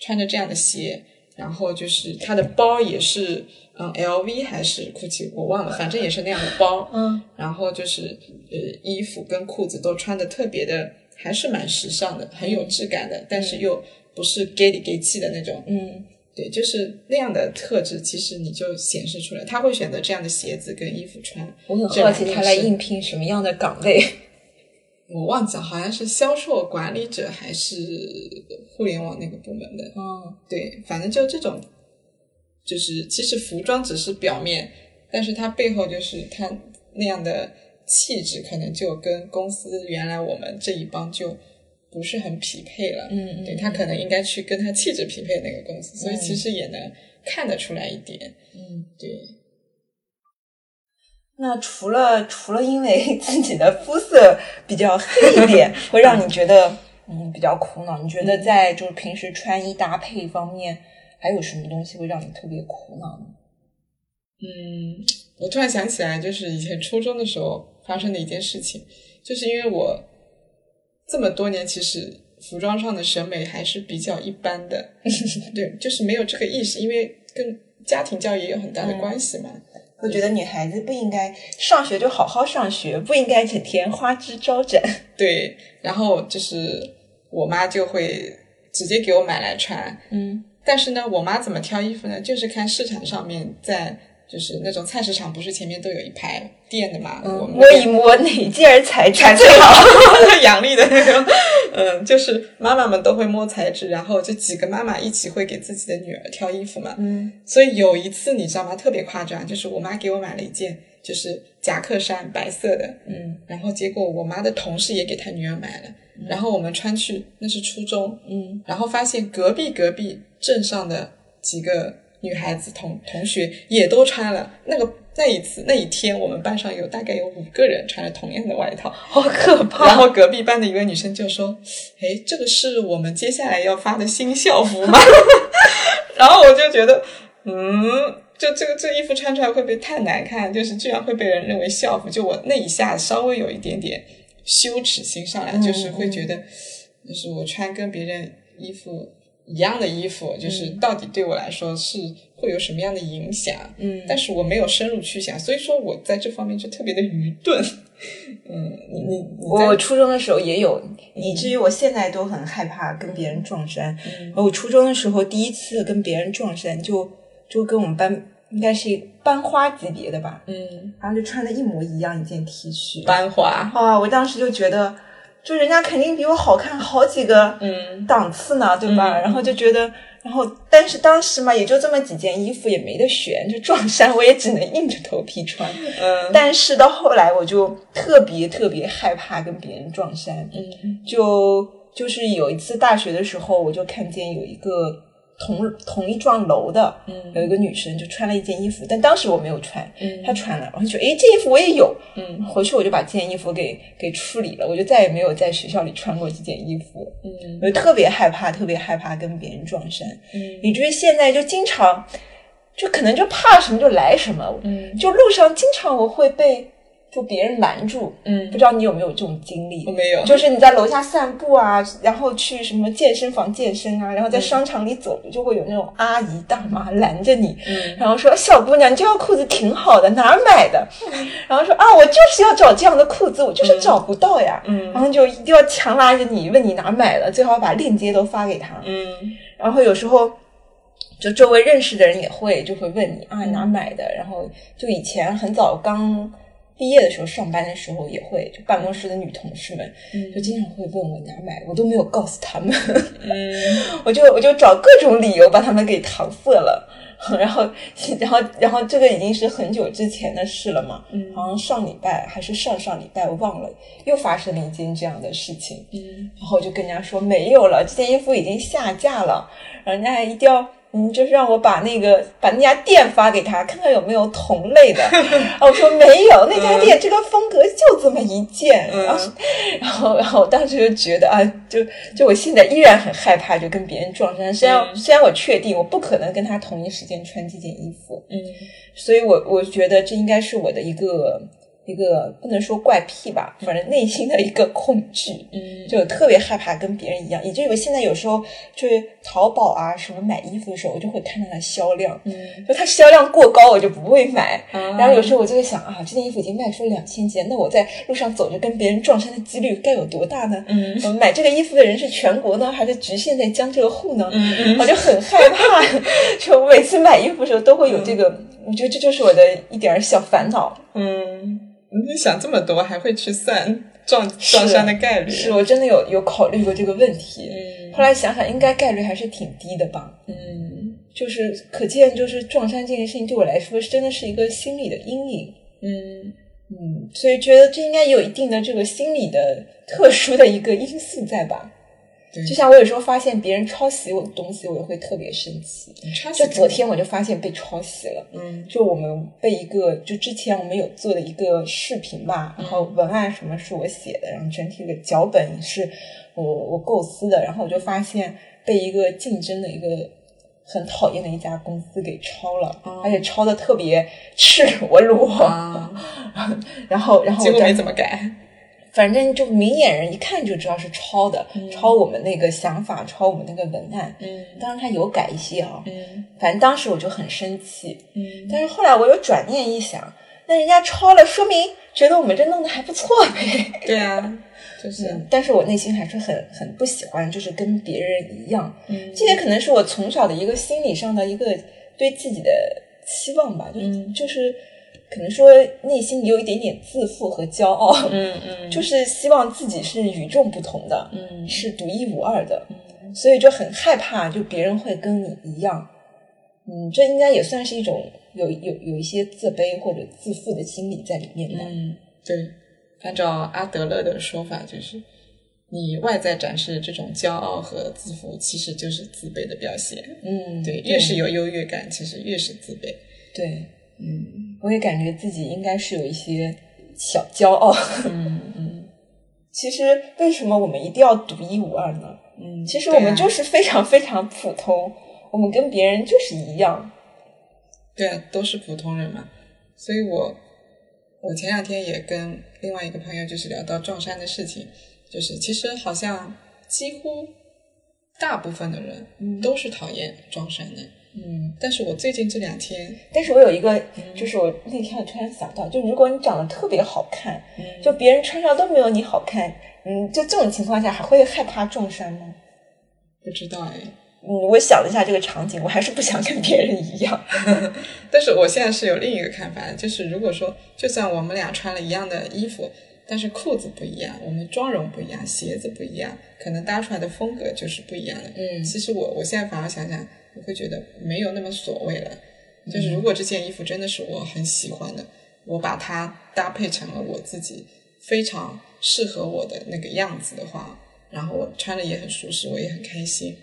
A: 穿着这样的鞋，然后就是他的包也是，嗯，LV 还是 GUCCI，我忘了，反正也是那样的包，
D: 嗯，
A: 然后就是呃，衣服跟裤子都穿的特别的，还是蛮时尚的，很有质感的，但是又不是 gay 里 gay 气的那种，
D: 嗯
A: 对，就是那样的特质，其实你就显示出来，他会选择这样的鞋子跟衣服穿，
D: 我很
A: 这
D: 好
A: 两
D: 奇
A: 面
D: 他来
A: 试
D: 应聘什么样的岗位。
A: 我忘记了，好像是销售管理者还是互联网那个部门的，
D: 嗯
A: 对，反正就这种，就是其实服装只是表面，但是它背后就是它那样的气质，可能就跟公司原来我们这一帮就不是很匹配了。
D: 嗯嗯
A: 对他可能应该去跟他气质匹配的那个公司，所以其实也能看得出来一点。
D: 嗯，
A: 对，
D: 那除了除了因为 自己的肤色比较黑一点，会让你觉得嗯比较苦恼，你觉得在就是平时穿衣搭配方面，还有什么东西会让你特别苦恼呢？
A: 嗯，我突然想起来，就是以前初中的时候发生的一件事情，就是因为我这么多年其实服装上的审美还是比较一般的，对，就是没有这个意识，因为跟家庭教育也有很大的关系嘛。
B: 我觉得女孩子不应该上学就好好上学，不应该整天花枝招展。
A: 对，然后就是我妈就会直接给我买来穿，
D: 嗯
A: 但是呢，我妈怎么挑衣服呢？就是看市场上面在。就是那种菜市场，不是前面都有一排店的嘛？我们
B: 摸一摸哪件儿材质最好？
A: 阳历的那种，嗯，就是妈妈们都会摸材质，然后就几个妈妈一起会给自己的女儿挑衣服嘛。
D: 嗯
A: 所以有一次你知道吗？特别夸张，就是我妈给我买了一件就是夹克衫，白色的，
D: 嗯
A: 然后结果我妈的同事也给她女儿买了，然后我们穿去，那是初中，
D: 嗯，
A: 然后发现隔壁隔壁镇上的几个女孩子同同学也都穿了那个。那一次那一天，我们班上有大概有五个人穿了同样的外套，
D: 好可怕。
A: 然后隔壁班的一位女生就说：“哎，这个是我们接下来要发的新校服吗？” 然后我就觉得，嗯，就这个这衣服穿出来会不会太难看？就是居然会被人认为校服，就我那一下稍微有一点点羞耻心上来，就是会觉得，就是我穿跟别人衣服一样的衣服，就是到底对我来说是会有什么样的影响？
D: 嗯
A: 但是我没有深入去想，所以说我在这方面就特别的愚钝。嗯，你你你在嗯
B: 我初中的时候也有，以至于我现在都很害怕跟别人撞衫。我初中的时候第一次跟别人撞衫，就就跟我们班应该是班花级别的吧，
A: 嗯
B: 然后就穿的一模一样一件 T 恤，
A: 班花，
B: 啊，我当时就觉得，就人家肯定比我好看好几个
A: 嗯
B: 档次呢，对吧？然后就觉得，然后但是当时嘛，也就这么几件衣服，也没得选，就撞衫我也只能硬着头皮穿。
A: 嗯
B: 但是到后来，我就特别特别害怕跟别人撞衫，
A: 嗯
B: 就就是有一次大学的时候，我就看见有一个。同同一幢楼的，
A: 嗯
B: 有一个女生就穿了一件衣服，但当时我没有穿，
A: 嗯
B: 她穿了，然后就觉得，诶，这衣服我也有，
A: 嗯
B: 回去我就把这件衣服给给处理了，我就再也没有在学校里穿过这件衣服，
A: 嗯
B: 我就特别害怕，特别害怕跟别人撞衫，
A: 嗯
B: 以至于现在就经常，就可能就怕什么就来什么，
A: 嗯
B: 就路上经常我会被就别人拦住，不
A: 嗯，
B: 知道你有没有这种经历？
A: 我没有，
B: 就是你在楼下散步啊，然后去什么健身房健身啊，然后在
A: 嗯
B: 商场里走，就会有那种阿姨大妈拦着你，
A: 嗯
B: 然后说小姑娘，你这条裤子挺好的，哪儿买的？
A: 嗯
B: 然后说啊，我就是要找这样的裤子，我就是找不到呀。
A: 嗯
B: 然后就一定要强拉着你，问你哪儿买的，最好把链接都发给他。
A: 嗯
B: 然后有时候就周围认识的人也会就会问你
A: 嗯
B: 啊哪儿买的，然后就以前很早刚毕业的时候上班的时候也会，就办公室的女同事们就经常会问我哪儿买的，我都没有告诉他们，
A: 嗯
B: 我就我就找各种理由把他们给搪塞了。 然后，然后，然后，这个已经是很久之前的事了嘛。
A: 嗯
B: 好像上礼拜还是上上礼拜，我忘了，又发生了一件这样的事情。
A: 嗯
B: 然后我就跟人家说没有了，这件衣服已经下架了，人家一定要。嗯，就是让我把那个把那家店发给他，看看有没有同类的。 然后我说没有，那家店这个风格就这么一件。
A: 嗯
B: 然后，然后，然后我当时就觉得啊，就就我现在依然很害怕，就跟别人撞衫。虽然、
A: 嗯
B: 虽然我确定我不可能跟他同一时间穿这件衣服，
A: 嗯
B: 所以我我觉得这应该是我的一个一个不能说怪癖吧，反正内心的一个恐惧，
A: 嗯
B: 就特别害怕跟别人一样，以至于我现在有时候去淘宝啊什么买衣服的时候，我就会看到它销量，
A: 嗯，
B: 就它销量过高，我就不会买。然
A: 然
B: 后有时候我就会想啊，这件衣服已经卖出两千件，那我在路上走着跟别人撞衫的几率该有多大呢？
A: 嗯
B: 呃，买这个衣服的人是全国呢，还是局限在江浙沪呢？
A: 嗯
B: 我就很害 怕，就我每次买衣服的时候都会有这个，我觉得这就是我的一点儿小烦恼。
A: 嗯，你想这么多，还会去算撞撞衫的概率？
B: 是我真的有有考虑过这个问题，
A: 嗯
B: 后来想想应该概率还是挺低的吧。
A: 嗯
B: 就是可见，就是撞衫这件事情对我来说真的是一个心理的阴影。
A: 嗯
B: 嗯，所以觉得这应该有一定的这个心理的特殊的一个因素在吧。
A: 对
B: 就像我有时候发现别人抄袭我的东西，我也会特别生气。
A: 你穿
B: 就
A: 起
B: 昨天我就发现被抄袭了，
A: 嗯
B: 就我们被一个就之前我们有做的一个视频吧，
A: 嗯
B: 然后文案什么是我写的，然后整体的脚本也是我我构思的，然后我就发现被一个竞争的一个很讨厌的一家公司给抄了，
A: 哦
B: 而且抄的特别赤裸裸。
A: 啊，
B: 然后，然后
A: 结
B: 我
A: 果
B: 当
A: 没
B: 时
A: 怎么改，
B: 反正就明眼人一看就知道是抄的，抄我们那个想法，抄我们那个文案。
A: 嗯
B: 当然他有改一些啊，
A: 嗯
B: 反正当时我就很生气，
A: 嗯，
B: 但是后来我又转念一想，那人家抄了，说明觉得我们这弄得还不错呗。
A: 对啊，就是
B: 嗯，但是我内心还是很很不喜欢，就是跟别人一样。
A: 嗯
B: 这也可能是我从小的一个心理上的一个对自己的期望吧，就是、
A: 嗯
B: 就是可能说内心里有一点点自负和骄傲，
A: 嗯嗯
B: 就是希望自己是与众不同的，
A: 嗯
B: 是独一无二的，所以就很害怕，就别人会跟你一样。嗯，这应该也算是一种有有有一些自卑或者自负的心理在里面吧。
A: 嗯，对，按照阿德勒的说法，就是你外在展示这种骄傲和自负，其实就是自卑的表现。
B: 嗯，
A: 对，越是有优越感，其实越是自卑。
B: 对，
A: 嗯
B: 我也感觉自己应该是有一些小骄傲。
A: 嗯嗯
B: 其实为什么我们一定要独一无二呢？
A: 嗯，
B: 其实我们
A: 对啊
B: 就是非常非常普通，我们跟别人就是一样。
A: 对啊，都是普通人嘛。所以我我前两天也跟另外一个朋友就是聊到撞衫的事情，就是其实好像几乎大部分的人都是讨厌撞衫的。
B: 嗯，
A: 但是我最近这两天，
B: 但是我有一个，
A: 嗯
B: 就是我那天突然想到，就如果你长得特别好看，
A: 嗯
B: 就别人穿上都没有你好看，嗯，就这种情况下还会害怕撞衫吗？
A: 不知道哎，
B: 嗯，我想了一下这个场景，我还是不想跟别人一样。
A: 但是我现在是有另一个看法，就是如果说，就算我们俩穿了一样的衣服，但是裤子不一样，我们妆容不一样，鞋子不一样，可能搭出来的风格就是不一样的。
B: 嗯
A: 其实我我现在反而想想，我会觉得没有那么所谓了。就是如果这件衣服真的是我很喜欢的，我把它搭配成了我自己非常适合我的那个样子的话，然后我穿的也很舒适，我也很开心，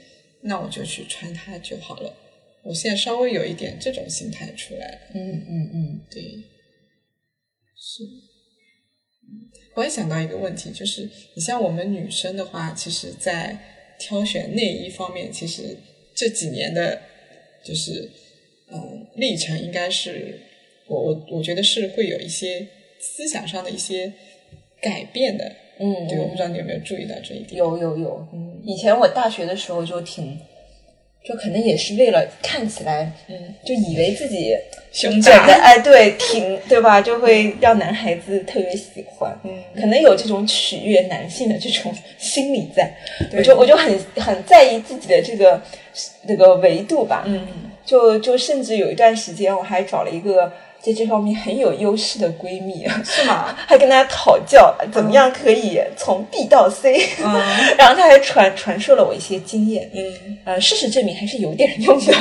A: 那我就去穿它就好了。我现在稍微有一点这种心态出来了，
B: 嗯嗯嗯，
A: 对，是。嗯我也想到一个问题，就是你像我们女生的话，其实，在挑选内衣方面，其实这几年的，就是嗯，历程应该是我我我觉得是会有一些思想上的一些改变的。
B: 嗯
A: 对，我嗯不知道你有没有注意到这一点。
B: 有有有，以前我大学的时候就挺，就可能也是为了看起来，
A: 嗯，
B: 就以为自己
A: 胸
B: 长得
A: 大，
B: 哎，对，挺对吧，就会让男孩子特别喜欢，
A: 嗯
B: 可能有这种取悦男性的这种心理在，
A: 对
B: 我就我就很很在意自己的这个这个维度吧，
A: 嗯
B: 就就甚至有一段时间我还找了一个。在这方面很有优势的闺蜜，
A: 是吗？
B: 还跟她讨教怎么样可以从 B 到 C，、
A: 嗯
B: 然后她还传传授了我一些经验。
A: 嗯
B: 呃，事实证明还是有点用的。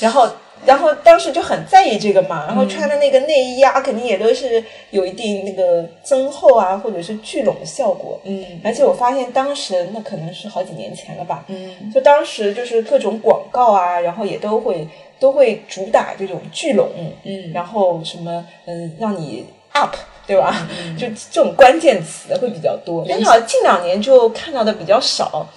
B: 然后，然后当时就很在意这个嘛，然后穿的那个内衣啊，肯定也都是有一定那个增厚啊，或者是聚拢的效果。
A: 嗯
B: 而且我发现当时那可能是好几年前了吧，
A: 嗯
B: 就当时就是各种广告啊，然后也都会都会主打这种聚拢，
A: 嗯
B: 然后什么嗯，让你 up。对吧？
A: 嗯
B: 就这种关键词会比较多，但是好像近两年就看到的比较少。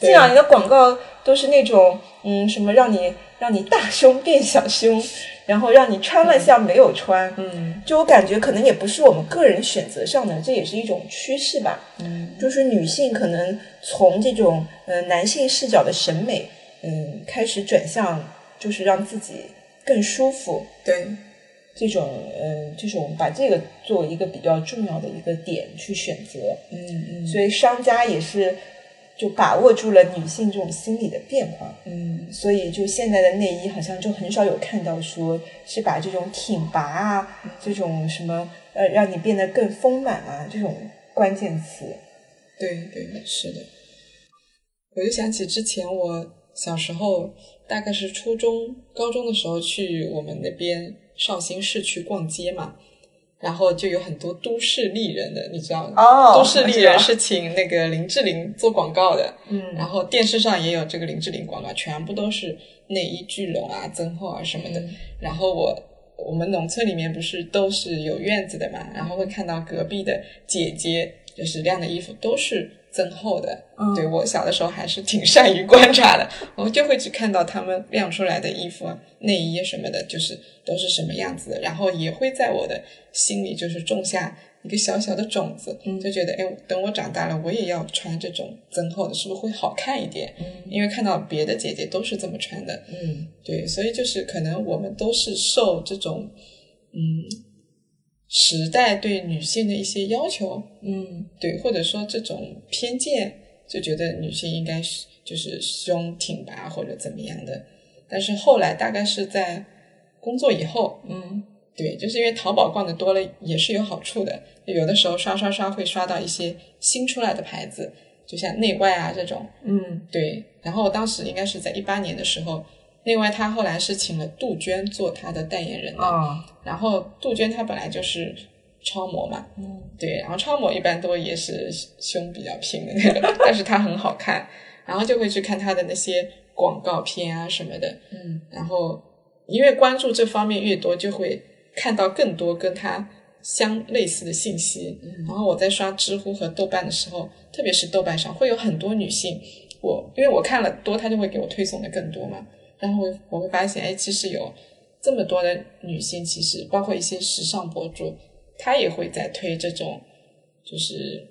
B: 近两年的广告都是那种，嗯，什么让你让你大胸变小胸， 然后让你穿了像没有穿，
A: 嗯
B: 就我感觉可能也不是我们个人选择上的，这也是一种趋势吧。
A: 嗯
B: 就是女性可能从这种呃男性视角的审美，嗯，开始转向就是让自己更舒服
A: 对，
B: 这种，嗯，就是我们把这个作为一个比较重要的一个点去选择，
A: 嗯嗯
B: 所以商家也是就把握住了女性这种心理的变化。
A: 嗯
B: 所以就现在的内衣好像就很少有看到说是把这种挺拔啊，这种什么呃让你变得更丰满啊这种关键词。
A: 对对，是的。我就想起之前我小时候，大概是初中、高中的时候，去我们那边绍兴市区逛街嘛，然后就有很多都市丽人的，你知道吗？
B: 哦
A: 都市丽
B: 我知道
A: 人是请那个林志玲做广告的，
B: 嗯
A: 然后电视上也有这个林志玲广告，全部都是内衣聚拢啊、增厚啊什么的。然后我我们农村里面不是都是有院子的嘛，然后会看到隔壁的姐姐就是这样的衣服都是增厚的。对我小的时候还是挺善于观察的，我就会去看到他们晾出来的衣服啊、内衣啊什么的，就是都是什么样子的，然后也会在我的心里就是种下一个小小的种子，就觉得哎，等我长大了，我也要穿这种增厚的，是不是会好看一点？
B: 嗯
A: 因为看到别的姐姐都是这么穿的，
D: 嗯，
A: 对，所以就是可能我们都是受这种嗯时代对女性的一些要求，
D: 嗯，
A: 对，或者说这种偏见，就觉得女性应该是就是胸挺拔或者怎么样的。但是后来大概是在工作以后，
D: 嗯，
A: 对，就是因为淘宝逛的多了也是有好处的，有的时候刷刷刷会刷到一些新出来的牌子，就像内外啊这种，
D: 嗯，
A: 对。然后我当时应该是在一八年的时候，内外他后来是请了杜鹃做他的代言
B: 嗯
A: 人的，
D: 啊，
A: 然后杜鹃她本来就是超模嘛，
D: 嗯，
A: 对，然后超模一般都也是胸比较平 的那种，但是她很好看，然后就会去看她的那些广告片啊什么的，
D: 嗯，
A: 然后因为关注这方面越多，就会看到更多跟她相类似的信息。
D: 嗯
A: 然后我在刷知乎和豆瓣的时候，特别是豆瓣上会有很多女性，我因为我看了多，她就会给我推送的更多嘛，然后我我会发现，哎，其实有这么多的女性，其实包括一些时尚博主，她也会在推这种，就是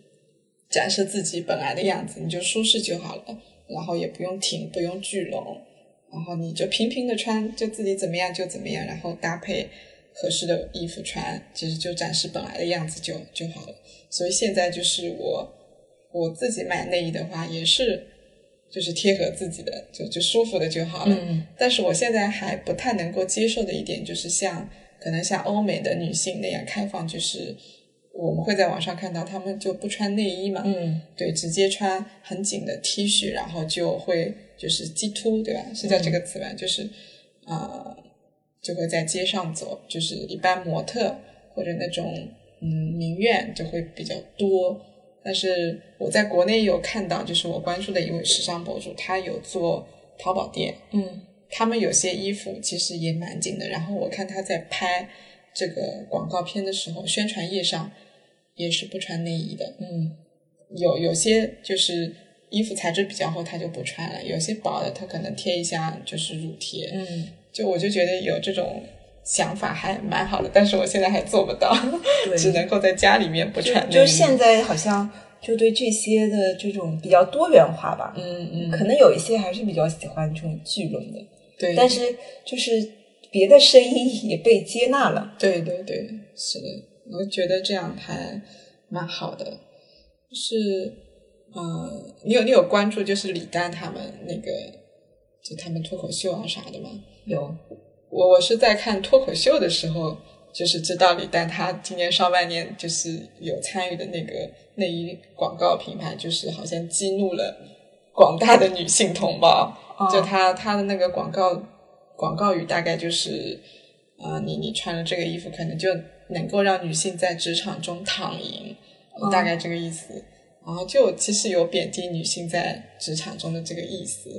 A: 展示自己本来的样子，你就舒适就好了，然后也不用挺，不用聚拢，然后你就平平的穿，就自己怎么样就怎么样，然后搭配合适的衣服穿，其实就展示本来的样子就就好了。所以现在就是我我自己买内衣的话，也是就是贴合自己的，就就舒服的就好了。
D: 嗯
A: 但是我现在还不太能够接受的一点，就是像可能像欧美的女性那样开放，就是我们会在网上看到她们就不穿内衣嘛，
D: 嗯，
A: 对，直接穿很紧的 T 恤，然后就会就是鸡突，对吧？是叫这个词吧？就是啊、呃就会在街上走，就是一般模特或者那种嗯名媛就会比较多。但是我在国内有看到，就是我关注的一位时尚博主，他有做淘宝店，
D: 嗯，
A: 他们有些衣服其实也蛮紧的。然后我看他在拍这个广告片的时候，宣传页上也是不穿内衣的。
D: 嗯，
A: 有有些就是衣服材质比较厚，他就不穿了；有些薄的，他可能贴一下就是乳贴。
D: 嗯，
A: 就我就觉得有这种想法还蛮好的，但是我现在还做不到，
D: 对
A: 只能够在家里面不穿内衣。
D: 就现在好像就对这些的这种比较多元化吧，
A: 嗯嗯，
D: 可能有一些还是比较喜欢这种聚拢的，
A: 对，
D: 但是就是别的声音也被接纳了。
A: 对对对，是的，我觉得这样还蛮好的。就是，呃，你有你有关注就是李诞他们那个，就他们脱口秀啊啥的吗？
D: 有，
A: 我我是在看脱口秀的时候，就是知道李诞他今年上半年就是有参与的那个内衣广告品牌，就是好像激怒了广大的女性同胞。就他他的那个广告广告语大概就是，啊、你你穿了这个衣服，可能就能够让女性在职场中躺赢，大概这个意思。然后就其实有贬低女性在职场中的这个意思。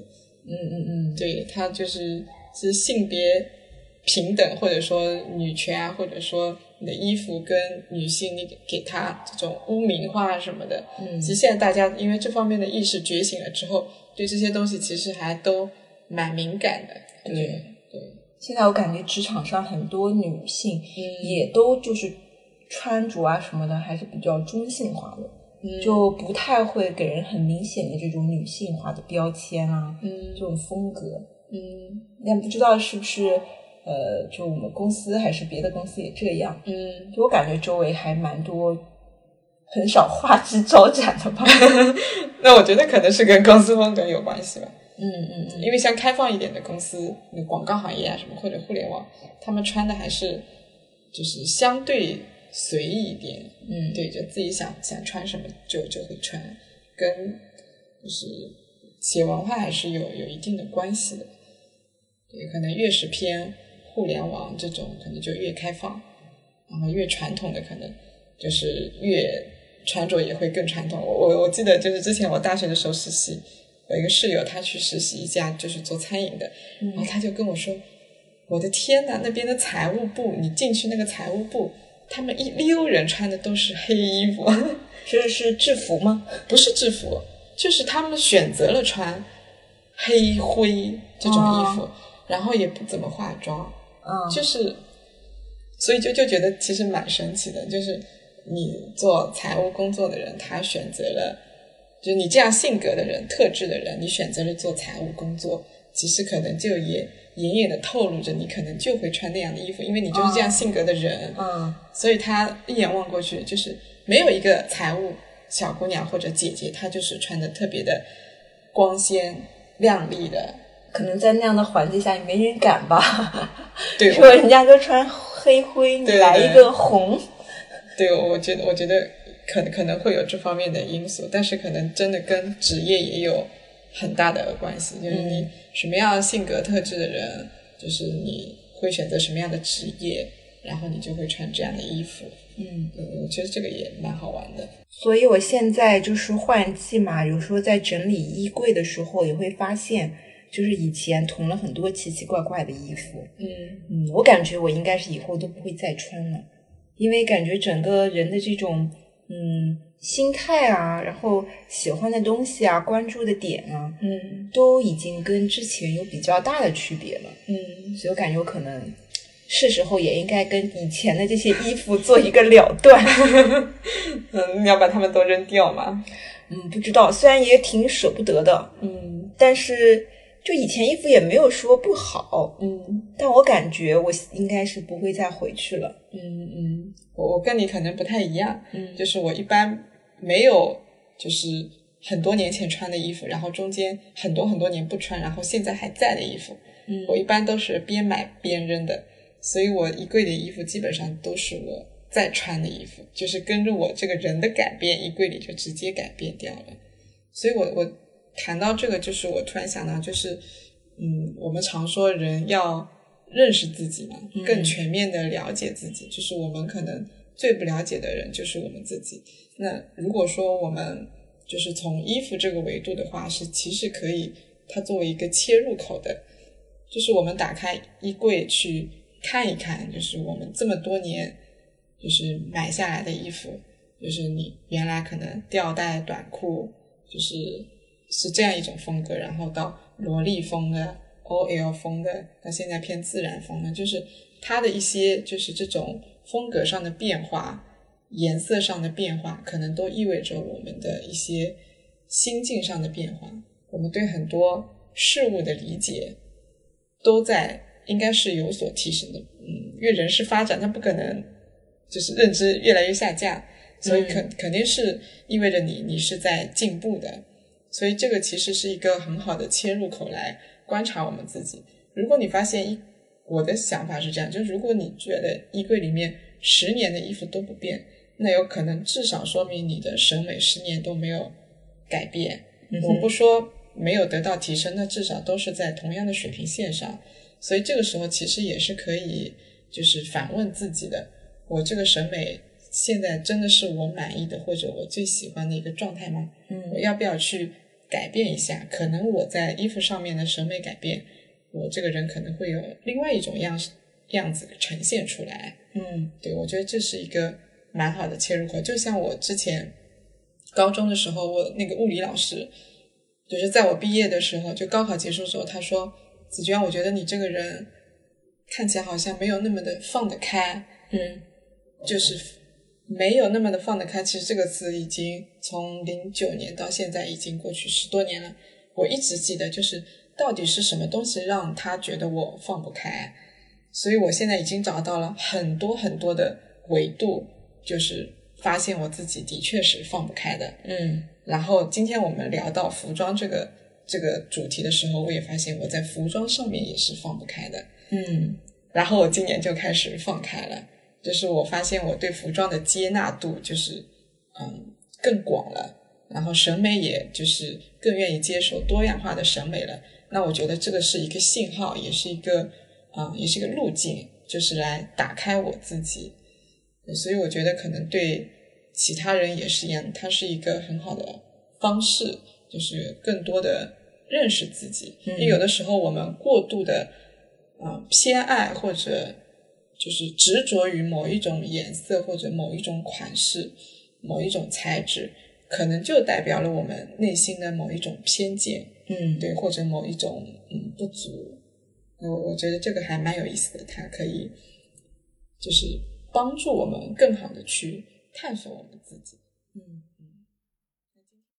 D: 嗯嗯嗯，
A: 对他就是其实性别平等，或者说女权啊，或者说你的衣服跟女性，你给她这种污名化什么的，
D: 嗯
A: 其实现在大家因为这方面的意识觉醒了之后，对这些东西其实还都蛮敏感的，感觉
D: 对现在我感觉职场上很多女性
A: 嗯
D: 也都就是穿着啊什么的还是比较中性化的，
A: 嗯
D: 就不太会给人很明显的这种女性化的标签啊，
A: 嗯
D: 这种风格。
A: 嗯
D: 但不知道是不是呃，就我们公司还是别的公司也这样。
A: 嗯，
D: 就我感觉周围还蛮多很少花枝招展的吧。
A: 那我觉得可能是跟公司风格有关系吧。
D: 嗯嗯嗯，
A: 因为像开放一点的公司，那广告行业啊什么或者互联网，他们穿的还是就是相对随意一点，
D: 嗯
A: 对，就自己想想穿什么就就会穿，跟就是写文化还是有有一定的关系的，也可能越是偏互联网这种，可能就越开放，然后越传统的可能就是越穿着也会更传统。我我我记得就是之前我大学的时候实习，有一个室友他去实习一家就是做餐饮的，然后他就跟我说：“我的天呐，那边的财务部，你进去那个财务部，他们一溜人穿的都是黑衣服，
B: 这是制服吗？
A: 不是制服，就是他们选择了穿黑灰这种衣服，然后也不怎么化妆，
B: 哦嗯
A: 就是，所以就就觉得其实蛮神奇的，就是你做财务工作的人，他选择了，就是你这样性格的人、特质的人，你选择了做财务工作，其实可能就也隐隐的透露着你可能就会穿那样的衣服，因为你就是这样性格的人，
B: 嗯，
A: 所以他一眼望过去就是没有一个财务小姑娘或者姐姐，她就是穿的特别的光鲜亮丽的，
D: 可能在那样的环境下也没人敢吧。
A: 对，
D: 说人家都穿黑灰，你
A: 对
D: 来
A: 对
D: 一个红，
A: 对，我觉得我觉得可可能会有这方面的因素，但是可能真的跟职业也有很大的关系，就是你什么样性格特质的人，就是你会选择什么样的职业，然后你就会穿这样的衣服。
B: 嗯
A: 嗯，我觉得这个也蛮好玩的。
B: 所以我现在就是换季嘛，有时候在整理衣柜的时候，也会发现，就是以前囤了很多奇奇怪怪的衣服。
A: 嗯，
B: 嗯，我感觉我应该是以后都不会再穿了，因为感觉整个人的这种嗯心态啊，然后喜欢的东西啊，关注的点啊，
A: 嗯
B: 都已经跟之前有比较大的区别了。
A: 嗯，
B: 所以我感觉我可能是时候也应该跟以前的这些衣服做一个了断。
A: 嗯，要把它们都扔掉嘛。
B: 嗯，不知道，虽然也挺舍不得的，
A: 嗯
B: 但是就以前衣服也没有说不好，
A: 嗯
B: 但我感觉我应该是不会再回去了。
A: 嗯嗯，我我跟你可能不太一样，
B: 嗯
A: 就是我一般没有，就是很多年前穿的衣服，然后中间很多很多年不穿，然后现在还在的衣服，
B: 嗯
A: 我一般都是边买边扔的，所以我衣柜里衣服基本上都是我在穿的衣服，就是跟着我这个人的改变，衣柜里就直接改变掉了。所以我我谈到这个，就是我突然想到，就是嗯，我们常说人要认识自己嘛，更全面的了解自己，就是我们可能最不了解的人就是我们自己。那如果说我们就是从衣服这个维度的话，是其实可以它作为一个切入口的，就是我们打开衣柜去看一看，就是我们这么多年就是买下来的衣服，就是你原来可能吊带短裤就是是这样一种风格，然后到萝莉风的、OL 风的，到现在偏自然风的，就是它的一些就是这种风格上的变化、颜色上的变化，可能都意味着我们的一些心境上的变化，我们对很多事物的理解都在应该是有所提升的。嗯，因为人是发展，它不可能就是认知越来越下降，所以肯肯定是意味着你你是在进步的。所以这个其实是一个很好的切入口来观察我们自己。如果你发现一，我的想法是这样，就是如果你觉得衣柜里面十年的衣服都不变，那有可能至少说明你的审美十年都没有改变。我不说没有得到提升，那至少都是在同样的水平线上。所以这个时候其实也是可以，就是反问自己的：我这个审美现在真的是我满意的，或者我最喜欢的一个状态吗？嗯，我要不要去改变一下？可能我在衣服上面的审美改变，我这个人可能会有另外一种样式样子呈现出来。
B: 嗯
A: 对，我觉得这是一个蛮好的切入口。就像我之前高中的时候，我那个物理老师，就是在我毕业的时候，就高考结束的时候，他说：“子啊娟，我觉得你这个人看起来好像没有那么的放得开，
B: 嗯
A: 就是没有那么的放得开。”其实这个词已经从零九年到现在已经过去十多年了，我一直记得，就是到底是什么东西让他觉得我放不开。所以我现在已经找到了很多很多的维度，就是发现我自己的确是放不开的。
B: 嗯
A: 然后今天我们聊到服装这个这个主题的时候，我也发现我在服装上面也是放不开的。
B: 嗯
A: 然后我今年就开始放开了，就是我发现我对服装的接纳度就是嗯更广了，然后审美也就是更愿意接受多样化的审美了。那我觉得这个是一个信号，也是一个啊、也是一个路径，就是来打开我自己。所以我觉得可能对其他人也是一样，它是一个很好的方式，就是更多的认识自呃己。因为有的时候我们过度的啊、偏爱或者就是执着于某一种颜色或者某一种款式、某一种材质，可能就代表了我们内心的某一种偏见，
B: 嗯，
A: 对，或者某一种嗯不足。我我觉得这个还蛮有意思的，它可以就是帮助我们更好的去探索我们自己。
B: 嗯，